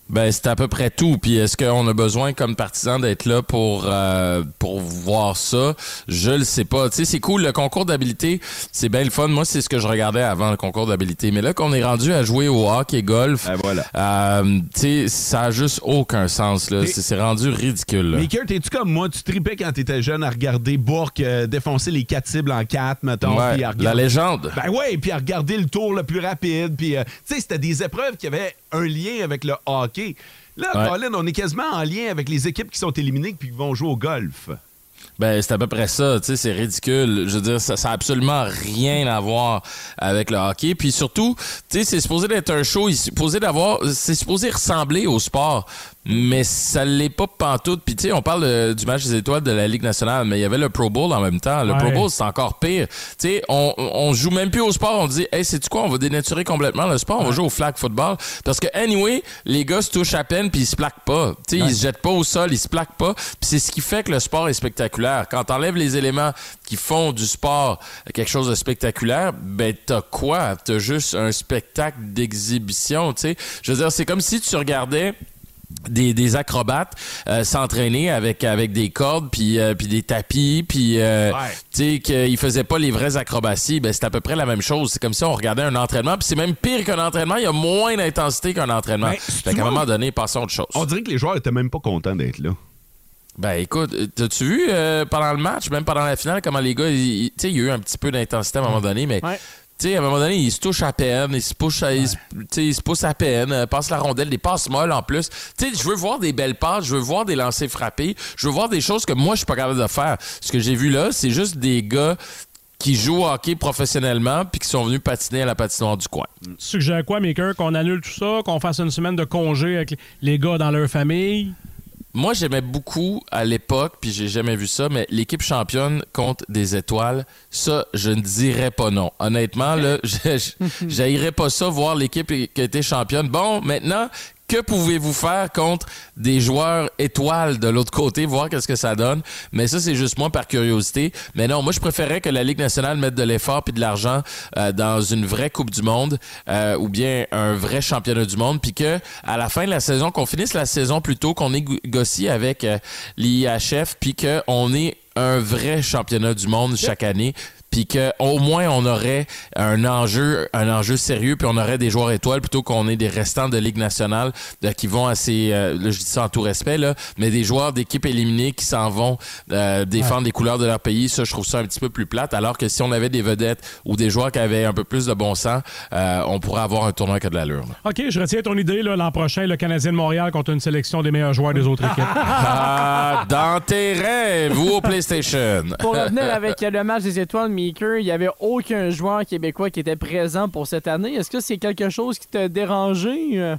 Speaker 16: Ben, c'est à peu près tout. Puis est-ce qu'on a besoin comme partisans d'être là pour euh, pour voir ça Je le sais pas. Tu sais, c'est cool le concours d'habilité, c'est bien le fun. Moi, c'est ce que je regardais avant le concours d'habilité. Mais là qu'on est rendu à jouer au hockey golf, euh, tu sais, ça a juste aucun sens là. C'est c'est rendu ridicule. là.
Speaker 3: Maker, t'es-tu comme moi? Tu tripais quand t'étais jeune à regarder Bourque euh, défoncer les quatre cibles en quatre, mettons.
Speaker 16: Ouais,
Speaker 3: puis à regarder-
Speaker 16: la légende.
Speaker 3: Ben ouais, puis à regarder le tour le plus rapide. Puis, euh, tu sais, c'était des épreuves qui avaient un lien avec le hockey. Là,
Speaker 16: Ouais.
Speaker 3: Colin, on est quasiment en lien avec les équipes qui sont éliminées puis qui vont jouer au golf.
Speaker 16: Ben, c'est à peu près ça, tu sais, c'est ridicule. Je veux dire, ça n'a absolument rien à voir avec le hockey. Puis surtout, tu sais, c'est supposé d'être un show, il est supposé d'avoir, c'est supposé ressembler au sport, mais ça l'est pas pantoute. Puis tu sais, on parle euh, du match des étoiles de la Ligue nationale, mais il y avait le Pro Bowl en même temps. Le
Speaker 5: Ouais.
Speaker 16: Pro Bowl, c'est encore pire. Tu sais, on, on joue même plus au sport, on dit, hey, c'est quoi, on va dénaturer complètement le sport, on va jouer au flag football. Parce que, anyway, les gars se touchent à peine puis ils se plaquent pas. Tu sais, ils se jettent pas au sol, ils se plaquent pas. Puis c'est ce qui fait que le sport est spectaculaire. Quand t'enlèves les éléments qui font du sport quelque chose de spectaculaire, ben t'as quoi? T'as juste un spectacle d'exhibition, tu sais. Je veux dire, c'est comme si tu regardais des, des acrobates euh, s'entraîner avec avec des cordes puis euh, puis des tapis puis euh, tu sais qu'ils faisaient pas les vraies acrobaties ben c'est à peu près la même chose c'est comme si on regardait un entraînement puis c'est même pire qu'un entraînement il y a moins d'intensité qu'un entraînement
Speaker 3: Ben, si
Speaker 16: fait
Speaker 3: tu
Speaker 16: qu'à un
Speaker 3: vois-
Speaker 16: moment donné passons à autre chose
Speaker 3: On dirait que les joueurs étaient même pas contents d'être là.
Speaker 16: ben écoute, euh, t'as-tu vu euh, pendant le match, même pendant la finale, comment les gars, ils- ils- tu sais, il y a eu un petit peu d'intensité à un moment donné, mais tu sais, à un moment donné, ils se touchent à peine, ils se poussent à, ils se- tu sais, ils se poussent à peine, euh, passent la rondelle, des passes molles en plus. Tu sais, je veux voir des belles passes, je veux voir des lancers frappés, je veux voir des choses que moi, je suis pas capable de faire. Ce que j'ai vu là, c'est juste des gars qui jouent au hockey professionnellement puis qui sont venus patiner à la patinoire du coin.
Speaker 5: Suggère quoi, Maker? Qu'on annule tout ça, qu'on fasse une semaine de congé avec les gars dans leur famille?
Speaker 16: Moi, j'aimais beaucoup à l'époque, puis j'ai jamais vu ça, mais l'équipe championne compte des étoiles. Ça, je ne dirais pas non. Honnêtement, là, je- je- j'haïrais pas ça, voir l'équipe qui a été championne. Bon, maintenant, que pouvez-vous faire contre des joueurs étoiles de l'autre côté, voir qu'est-ce que ça donne? Mais ça, c'est juste moi par curiosité. Mais non, moi, je préférais que la Ligue nationale mette de l'effort puis de l'argent euh, dans une vraie Coupe du Monde euh, ou bien un vrai championnat du monde, puis que à la fin de la saison, qu'on finisse la saison plus tôt, qu'on négocie avec euh, l'IHF, puis qu'on ait un vrai championnat du monde chaque année. Puis qu'au moins on aurait un enjeu, un enjeu sérieux, puis on aurait des joueurs étoiles plutôt qu'on ait des restants de Ligue nationale euh, qui vont à ces, euh, là, je dis ça en tout respect là, mais des joueurs d'équipes éliminées qui s'en vont euh, défendre les couleurs de leur pays. Ça, je trouve ça un petit peu plus plate. Alors que si on avait des vedettes ou des joueurs qui avaient un peu plus de bon sens, euh, on pourrait avoir un tournoi qui a de l'allure. là.
Speaker 5: OK, je retiens ton idée. là, L'an prochain, le Canadien de Montréal contre une sélection des meilleurs joueurs des autres
Speaker 3: [LAUGHS]
Speaker 5: équipes.
Speaker 16: Ah, [LAUGHS] dans tes rêves ou au PlayStation.
Speaker 4: Pour revenir avec le match des étoiles, Meeker, il n'y avait aucun joueur québécois qui était présent pour cette année. Est-ce que c'est quelque chose qui t'a dérangé? euh?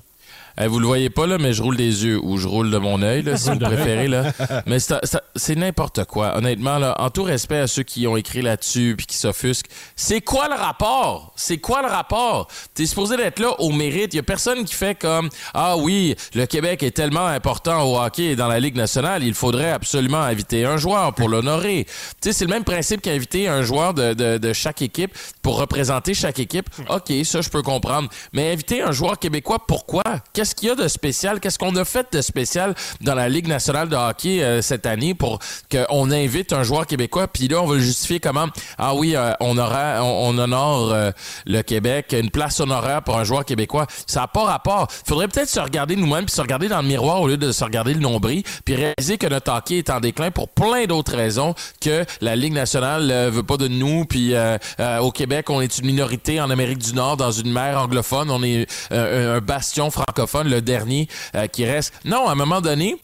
Speaker 5: Ah
Speaker 16: Eh, vous le voyez pas là, mais je roule des yeux ou je roule de mon œil là, si vous
Speaker 5: De l'œil.
Speaker 16: préférez là. Mais c'est- c'est c'est n'importe quoi. Honnêtement là, en tout respect à ceux qui ont écrit là-dessus puis qui s'offusquent, c'est quoi le rapport C'est quoi le rapport T'es supposé d'être là au mérite. Il y a personne qui fait comme ah oui, le Québec est tellement important au hockey et dans la Ligue nationale, il faudrait absolument inviter un joueur pour l'honorer. Tu sais, c'est le même principe qu'inviter un joueur de, de- de chaque équipe pour représenter chaque équipe. OK, ça, je peux comprendre. Mais inviter un joueur québécois, pourquoi? Qu'est-ce qu'il y a de spécial? Qu'est-ce qu'on a fait de spécial dans la Ligue nationale de hockey euh, cette année pour qu'on invite un joueur québécois? Puis là, on va le justifier comment? Ah oui, euh, on, aura, on, on honore euh, le Québec, une place honoraire pour un joueur québécois. Ça n'a pas rapport. faudrait peut-être se regarder nous-mêmes puis se regarder dans le miroir au lieu de se regarder le nombril puis réaliser que notre hockey est en déclin pour plein d'autres raisons que la Ligue nationale euh, veut pas de nous puis euh, euh, au Québec on est une minorité en Amérique du Nord dans une mer anglophone on est euh, un bastion francophone le dernier euh, qui reste non à un moment donné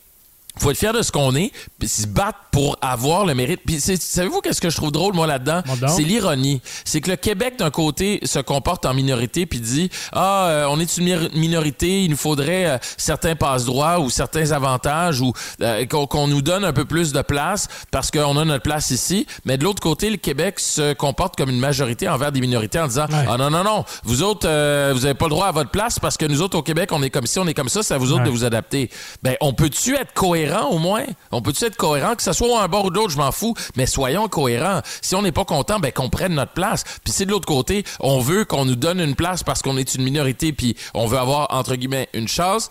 Speaker 16: faut être fier de ce qu'on est, puis se battre pour avoir le mérite. Puis c'est- savez-vous qu'est-ce que je trouve drôle moi là-dedans
Speaker 5: donc.
Speaker 16: C'est l'ironie. C'est que le Québec d'un côté se comporte en minorité puis dit ah euh, on est une mir- minorité, il nous faudrait euh, certains passe droits ou certains avantages ou euh, qu'on qu'on nous donne un peu plus de place parce qu'on a notre place ici. Mais de l'autre côté, le Québec se comporte comme une majorité envers des minorités en disant ah non non non, vous autres euh, vous avez pas le droit à votre place parce que nous autres au Québec on est comme ci, on est comme ça, c'est à vous autres de
Speaker 5: Ouais.
Speaker 16: vous vous adapter. Ben, on peut-tu être cohérent au moins? On peut-tu être cohérent? Que ce soit un bord ou de l'autre, je m'en fous, mais soyons cohérents. Si on n'est pas content, ben, qu'on prenne notre place. Puis si de l'autre côté, on veut qu'on nous donne une place parce qu'on est une minorité, puis on veut avoir, entre guillemets, une chance.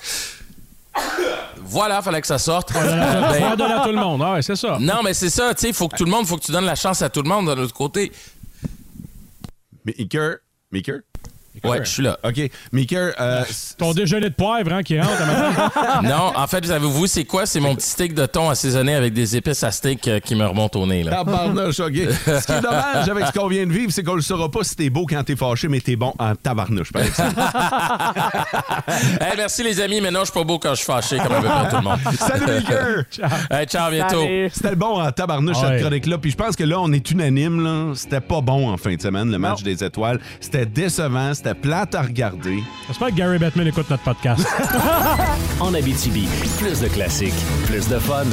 Speaker 16: Voilà, fallait que ça sorte. Ben,
Speaker 5: On donne à tout le monde. Ah ouais, c'est ça.
Speaker 16: non, mais c'est ça, tu sais, faut que tout le monde, faut que tu donnes la chance à tout le monde de l'autre côté.
Speaker 3: Maker? Maker?
Speaker 16: Ouais, je suis là.
Speaker 3: OK. Maker, euh,
Speaker 5: Ton déjeuner de poivre hein, qui rentre. à
Speaker 3: [LAUGHS]
Speaker 5: matin.
Speaker 16: [LAUGHS] Non, en fait, savez-vous, c'est quoi? C'est mon petit steak de thon assaisonné avec des épices à steak euh, qui me remontent au nez, là. [LAUGHS]
Speaker 3: Tabarnouche, OK. Ce qui est dommage avec ce qu'on vient de vivre, c'est qu'on le saura pas si t'es beau quand t'es fâché, mais t'es bon en tabarnouche, par exemple.
Speaker 16: Hey, merci les amis, mais non, je suis pas beau quand je suis fâché comme à peu près tout le monde.
Speaker 3: Salut, Baker!
Speaker 16: [LAUGHS] Hey, ciao, à bientôt.
Speaker 3: C'était bon en tabarnouche,
Speaker 16: Ouais.
Speaker 3: cette chronique-là. Puis je pense que là, on est unanime. là. C'était pas bon en fin de semaine, le match des étoiles. C'était décevant, c'était plate à regarder.
Speaker 5: J'espère que Gary Batman écoute notre podcast.
Speaker 2: En Abitibi, plus de classiques, plus de fun.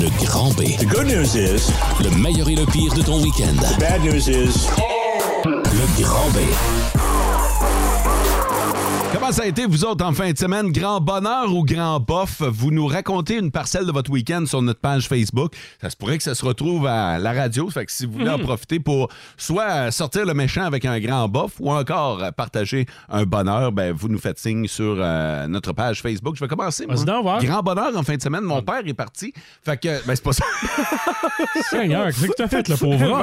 Speaker 2: Le grand B. The good news is... Le meilleur et le pire de ton week-end. bad news is... Le grand B.
Speaker 3: Comment ça a été, vous autres, en fin de semaine? Grand bonheur ou grand bof? Vous nous racontez une parcelle de votre week-end sur notre page Facebook. Ça se pourrait que ça se retrouve à la radio. Fait que si vous voulez en
Speaker 17: Mhm.
Speaker 3: profiter pour soit sortir le méchant avec un grand bof ou encore partager un bonheur, ben, vous nous faites signe sur euh, notre page Facebook. Je vais commencer. moi.
Speaker 5: Vas-y donc, voir.
Speaker 3: Grand bonheur en fin de semaine. Mon père est parti. Fait que, ben, c'est pas ça.
Speaker 5: [LAUGHS] Seigneur, qu'est-ce que t'as fait, le pauvre homme?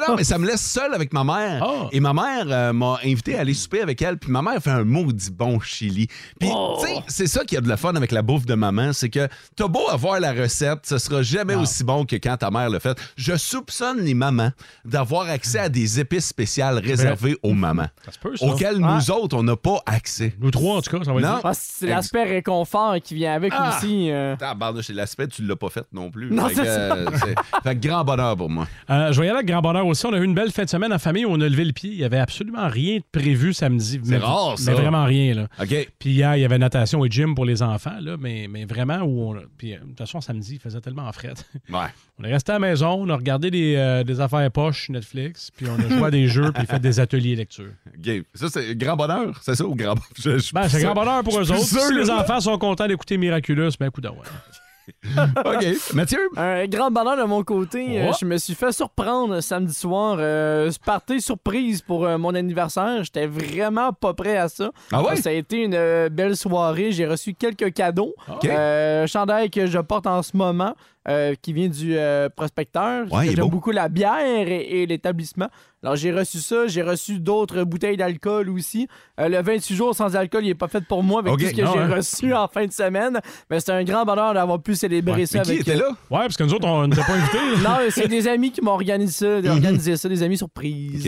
Speaker 3: Non, non, mais ça me laisse seul avec ma mère.
Speaker 5: Ah.
Speaker 3: Et ma mère euh, m'a invité à aller souper avec elle. Puis ma mère fait un maudit bon chili. Puis,
Speaker 5: Oh.
Speaker 3: tu sais, c'est ça qui a de la fun avec la bouffe de maman. C'est que t'as beau avoir la recette, ce sera jamais aussi bon que quand ta mère le fait. Je soupçonne les mamans d'avoir accès à des épices spéciales réservées aux mamans.
Speaker 5: peut, Ben, ça.
Speaker 3: Auxquelles
Speaker 5: Ah.
Speaker 3: nous autres, on n'a pas accès.
Speaker 5: Nous trois, en tout cas, ça va
Speaker 3: Non.
Speaker 5: être.
Speaker 4: Parce que Ah, c'est l'aspect réconfort qui vient avec
Speaker 3: Ah!
Speaker 4: aussi. euh.
Speaker 3: Tabarnouche, c'est l'aspect, tu l'as pas fait non plus.
Speaker 4: Non,
Speaker 3: que,
Speaker 4: c'est ça.
Speaker 3: euh, c'est- fait que grand bonheur pour moi.
Speaker 5: Euh, je vais y aller avec grand bonheur aussi. On a eu une belle fin de semaine en famille. On a levé le pied. Il y avait absolument rien de prévu samedi.
Speaker 3: C'est
Speaker 5: Mais-
Speaker 3: rare, ça.
Speaker 5: Mais vraiment rien. Là.
Speaker 3: OK.
Speaker 5: Puis hier, il y avait natation et gym pour les enfants. Là, mais, mais vraiment, où on... puis, euh, de toute façon, samedi, il faisait tellement [LAUGHS] fret.
Speaker 3: Ouais.
Speaker 5: On est resté à la maison. On a regardé des, euh, des affaires poches Netflix. Puis on a joué à
Speaker 3: [LAUGHS]
Speaker 5: des jeux. Puis fait des ateliers lecture.
Speaker 3: Game. Ça, c'est grand bonheur, c'est ça, ou grand bonheur? Je- je-
Speaker 5: Ben, c'est
Speaker 3: je-
Speaker 5: grand bonheur pour
Speaker 3: je-
Speaker 5: eux
Speaker 3: je-
Speaker 5: autres.
Speaker 3: je-
Speaker 5: Si les
Speaker 3: là.
Speaker 5: enfants sont contents d'écouter Miraculous, ben, écoute, ouais.
Speaker 3: [LAUGHS] OK. Mathieu?
Speaker 4: Un grand bonheur de mon côté. euh,
Speaker 5: Oh.
Speaker 4: je me suis fait surprendre samedi soir. Euh, party surprise pour euh, mon anniversaire. J'étais vraiment pas prêt à ça.
Speaker 3: Ah ouais?
Speaker 4: Euh, Ça a été une euh, belle soirée. J'ai reçu quelques cadeaux.
Speaker 3: Ah.
Speaker 4: Euh, un chandail que je porte en ce moment. euh, qui vient du euh, prospecteur.
Speaker 3: Ouais, il est
Speaker 4: J'aime
Speaker 3: beau.
Speaker 4: beaucoup la bière et, et l'établissement. Alors, j'ai reçu ça. J'ai reçu d'autres bouteilles d'alcool aussi. Euh, le 28 jours sans alcool, il est pas fait pour moi avec
Speaker 5: Ok,
Speaker 4: tout ce que
Speaker 5: non,
Speaker 4: j'ai
Speaker 5: hein.
Speaker 4: reçu en fin de semaine. Mais c'est un grand bonheur d'avoir pu célébrer ça avec euh,
Speaker 5: Ouais, parce que nous autres, on ne pas invités. là.
Speaker 4: non, mais
Speaker 5: [LAUGHS]
Speaker 4: c'est des amis qui m'ont organisé
Speaker 3: Mhm.
Speaker 4: ça, organisé ça, des amis surprises.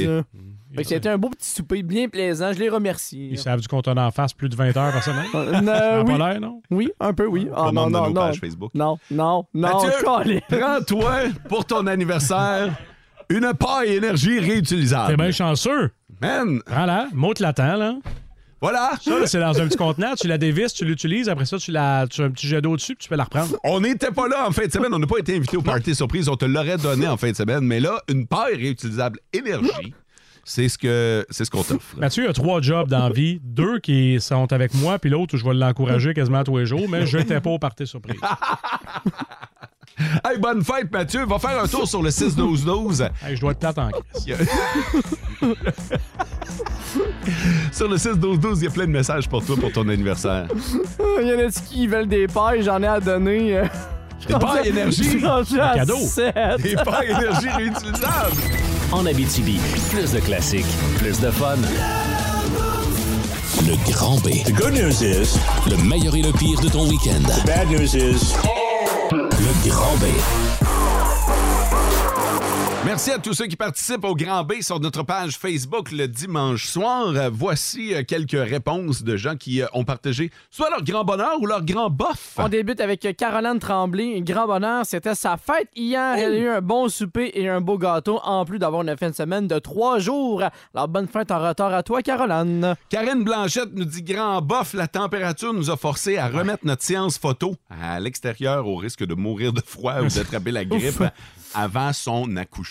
Speaker 4: Fait que c'était un beau petit souper, bien plaisant. Je les remercie.
Speaker 5: Ils savent du contenu en face plus de 20 heures par semaine.
Speaker 4: [LAUGHS] Euh,
Speaker 5: Ça a
Speaker 4: oui.
Speaker 5: pas l'air, non?
Speaker 4: Oui, un peu, oui. Ah, non,
Speaker 3: Demande à
Speaker 4: non,
Speaker 3: nos
Speaker 4: non.
Speaker 3: pages Facebook.
Speaker 4: Non, [LAUGHS] non, non.
Speaker 3: Mathieu,
Speaker 4: calé.
Speaker 3: prends-toi pour ton anniversaire une paille énergie réutilisable.
Speaker 5: T'es bien chanceux.
Speaker 3: Ah, Man!
Speaker 5: Prends la, monte la temps, là.
Speaker 3: Voilà!
Speaker 5: Ça, là, c'est dans un petit contenant, tu la dévisses, tu l'utilises, après ça, tu, la, tu as un petit jet d'eau dessus, puis tu peux la reprendre.
Speaker 3: On n'était pas là en fin de semaine, on n'a pas été invité au party surprise, on te l'aurait donné en fin de semaine, mais là, une paille réutilisable énergie, c'est ce que c'est ce
Speaker 5: [LAUGHS]
Speaker 3: qu'on t'offre.
Speaker 5: Mathieu a trois jobs dans la vie, deux qui sont avec moi, puis l'autre où je vais l'encourager quasiment tous les jours, mais je n'étais pas au party surprise.
Speaker 3: Ah, Hey, bonne fête, Mathieu! Va faire un tour sur le 6-12-12.
Speaker 5: Hey, je dois te t'attendre.
Speaker 3: [LAUGHS] Sur le 6-12-12, il y a plein de messages pour toi pour ton anniversaire.
Speaker 4: Il y en a qui veulent des pailles, j'en ai à donner. euh,
Speaker 3: Des pailles
Speaker 4: [LAUGHS]
Speaker 3: énergie.
Speaker 4: Je suis rendu à
Speaker 2: Un cadeau.
Speaker 4: sept.
Speaker 2: Des pailles énergie réutilisables. En Abitibi, plus de classiques, plus de fun. Le grand B. The good news is... Le meilleur et le pire de ton week-end. The bad news is... Le grand B.
Speaker 3: Merci à tous ceux qui participent au Grand B sur notre page Facebook le dimanche soir. Euh, Voici euh, quelques réponses de gens qui euh, ont partagé soit leur grand bonheur ou leur grand bof.
Speaker 4: On débute avec euh, Caroline Tremblay. Grand bonheur, c'était sa fête hier. Elle a eu un bon souper et un beau gâteau, en plus d'avoir une fin de semaine de trois jours. Alors, bonne fête en retard à toi, Caroline.
Speaker 3: Karine Blanchette nous dit grand bof, la température nous a forcé à remettre notre séance photo à l'extérieur au risque de mourir de froid ou d'attraper la grippe avant son accouchement.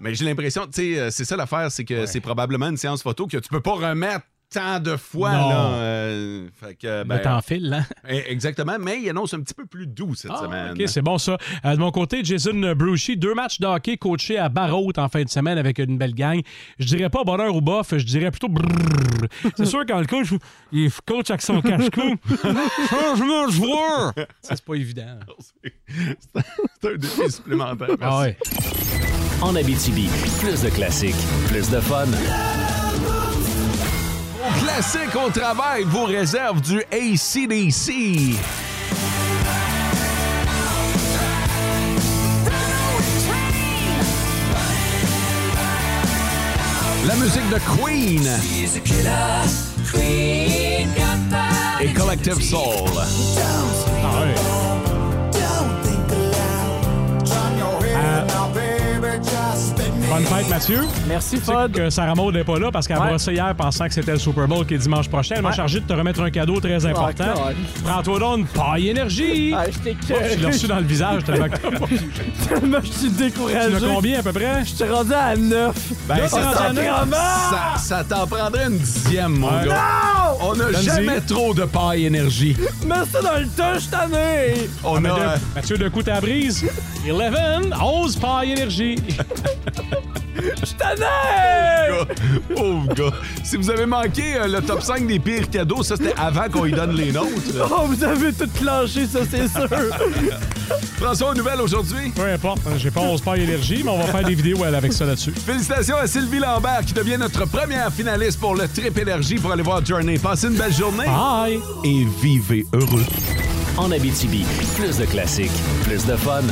Speaker 3: Mais j'ai l'impression, tu sais, euh, c'est ça l'affaire, c'est que c'est probablement une séance photo que tu peux pas remettre tant de fois.
Speaker 5: Non.
Speaker 3: Là, euh, fait que, ben,
Speaker 5: Mais hein? t'enfiles, là.
Speaker 3: Eh, Exactement, mais il annonce un petit peu plus doux cette semaine.
Speaker 5: Ah, OK, c'est bon ça. Euh, de mon côté, Jason Bruchy, deux matchs de hockey coachés à Barrault en fin de semaine avec une belle gang. Je dirais pas bonheur ou bof, je dirais plutôt brrrr. C'est sûr, quand le coach, il coach avec son
Speaker 3: [LAUGHS]
Speaker 5: cache-cou. Changement de joueur! Ça, c'est pas évident.
Speaker 3: C'est un défi
Speaker 2: ben,
Speaker 3: supplémentaire. Ben, Merci.
Speaker 5: Ah ouais.
Speaker 2: En Abitibi, plus de classiques, plus de fun.
Speaker 3: Au classique au travail vous réserve du ACDC. La musique de Queen et Collective Soul.
Speaker 5: Ah Euh, Bonne fête, Mathieu.
Speaker 4: Merci,
Speaker 5: Fod. que Sarah Maud n'est pas là parce qu'elle a brossé hier pensant que c'était le Super Bowl qui est dimanche prochain. Elle m'a
Speaker 4: Ouais.
Speaker 5: chargé de te remettre un cadeau très important.
Speaker 4: Ah, God.
Speaker 5: Prends-toi donc une paille énergie.
Speaker 4: Ah, je t'ai
Speaker 5: Oh, je l'ai reçu dans le
Speaker 4: [LAUGHS]
Speaker 5: visage tellement que t'as pas-
Speaker 4: Tellement je suis découragé.
Speaker 5: Tu l'as combien, à peu près?
Speaker 4: Je t'ai rendu à 9.
Speaker 3: Ben,
Speaker 4: ça,
Speaker 3: ça, t'en- ça- ça t'en prendrait une dixième, mon
Speaker 5: Ouais.
Speaker 3: gars.
Speaker 4: Non!
Speaker 3: On n'a jamais trop de paille énergie.
Speaker 4: Mets ça dans le tas, je t'en ai!
Speaker 3: On a, euh,
Speaker 5: Ah, Mathieu, d'un coup,
Speaker 4: [LAUGHS]
Speaker 5: ta brise. 11, 11 paille énergie.
Speaker 4: Je t'en ai!
Speaker 3: Oh, Pauvre gars. Si vous avez manqué euh, le top 5 des pires cadeaux, ça c'était avant qu'on y donne les nôtres. là.
Speaker 4: Oh, vous avez tout clenché, ça, c'est sûr!
Speaker 3: [LAUGHS] François, aux nouvelles aujourd'hui?
Speaker 5: Peu importe, hein, j'ai pas 11 pailles énergie, mais on va faire des vidéos elle, avec ça là-dessus.
Speaker 3: Félicitations à Sylvie Lambert qui devient notre première finaliste pour le Trip Énergie pour aller voir Journey. Passez une belle journée.
Speaker 5: Bye!
Speaker 3: Et vivez heureux.
Speaker 2: En Abitibi, plus de classiques, plus de fun.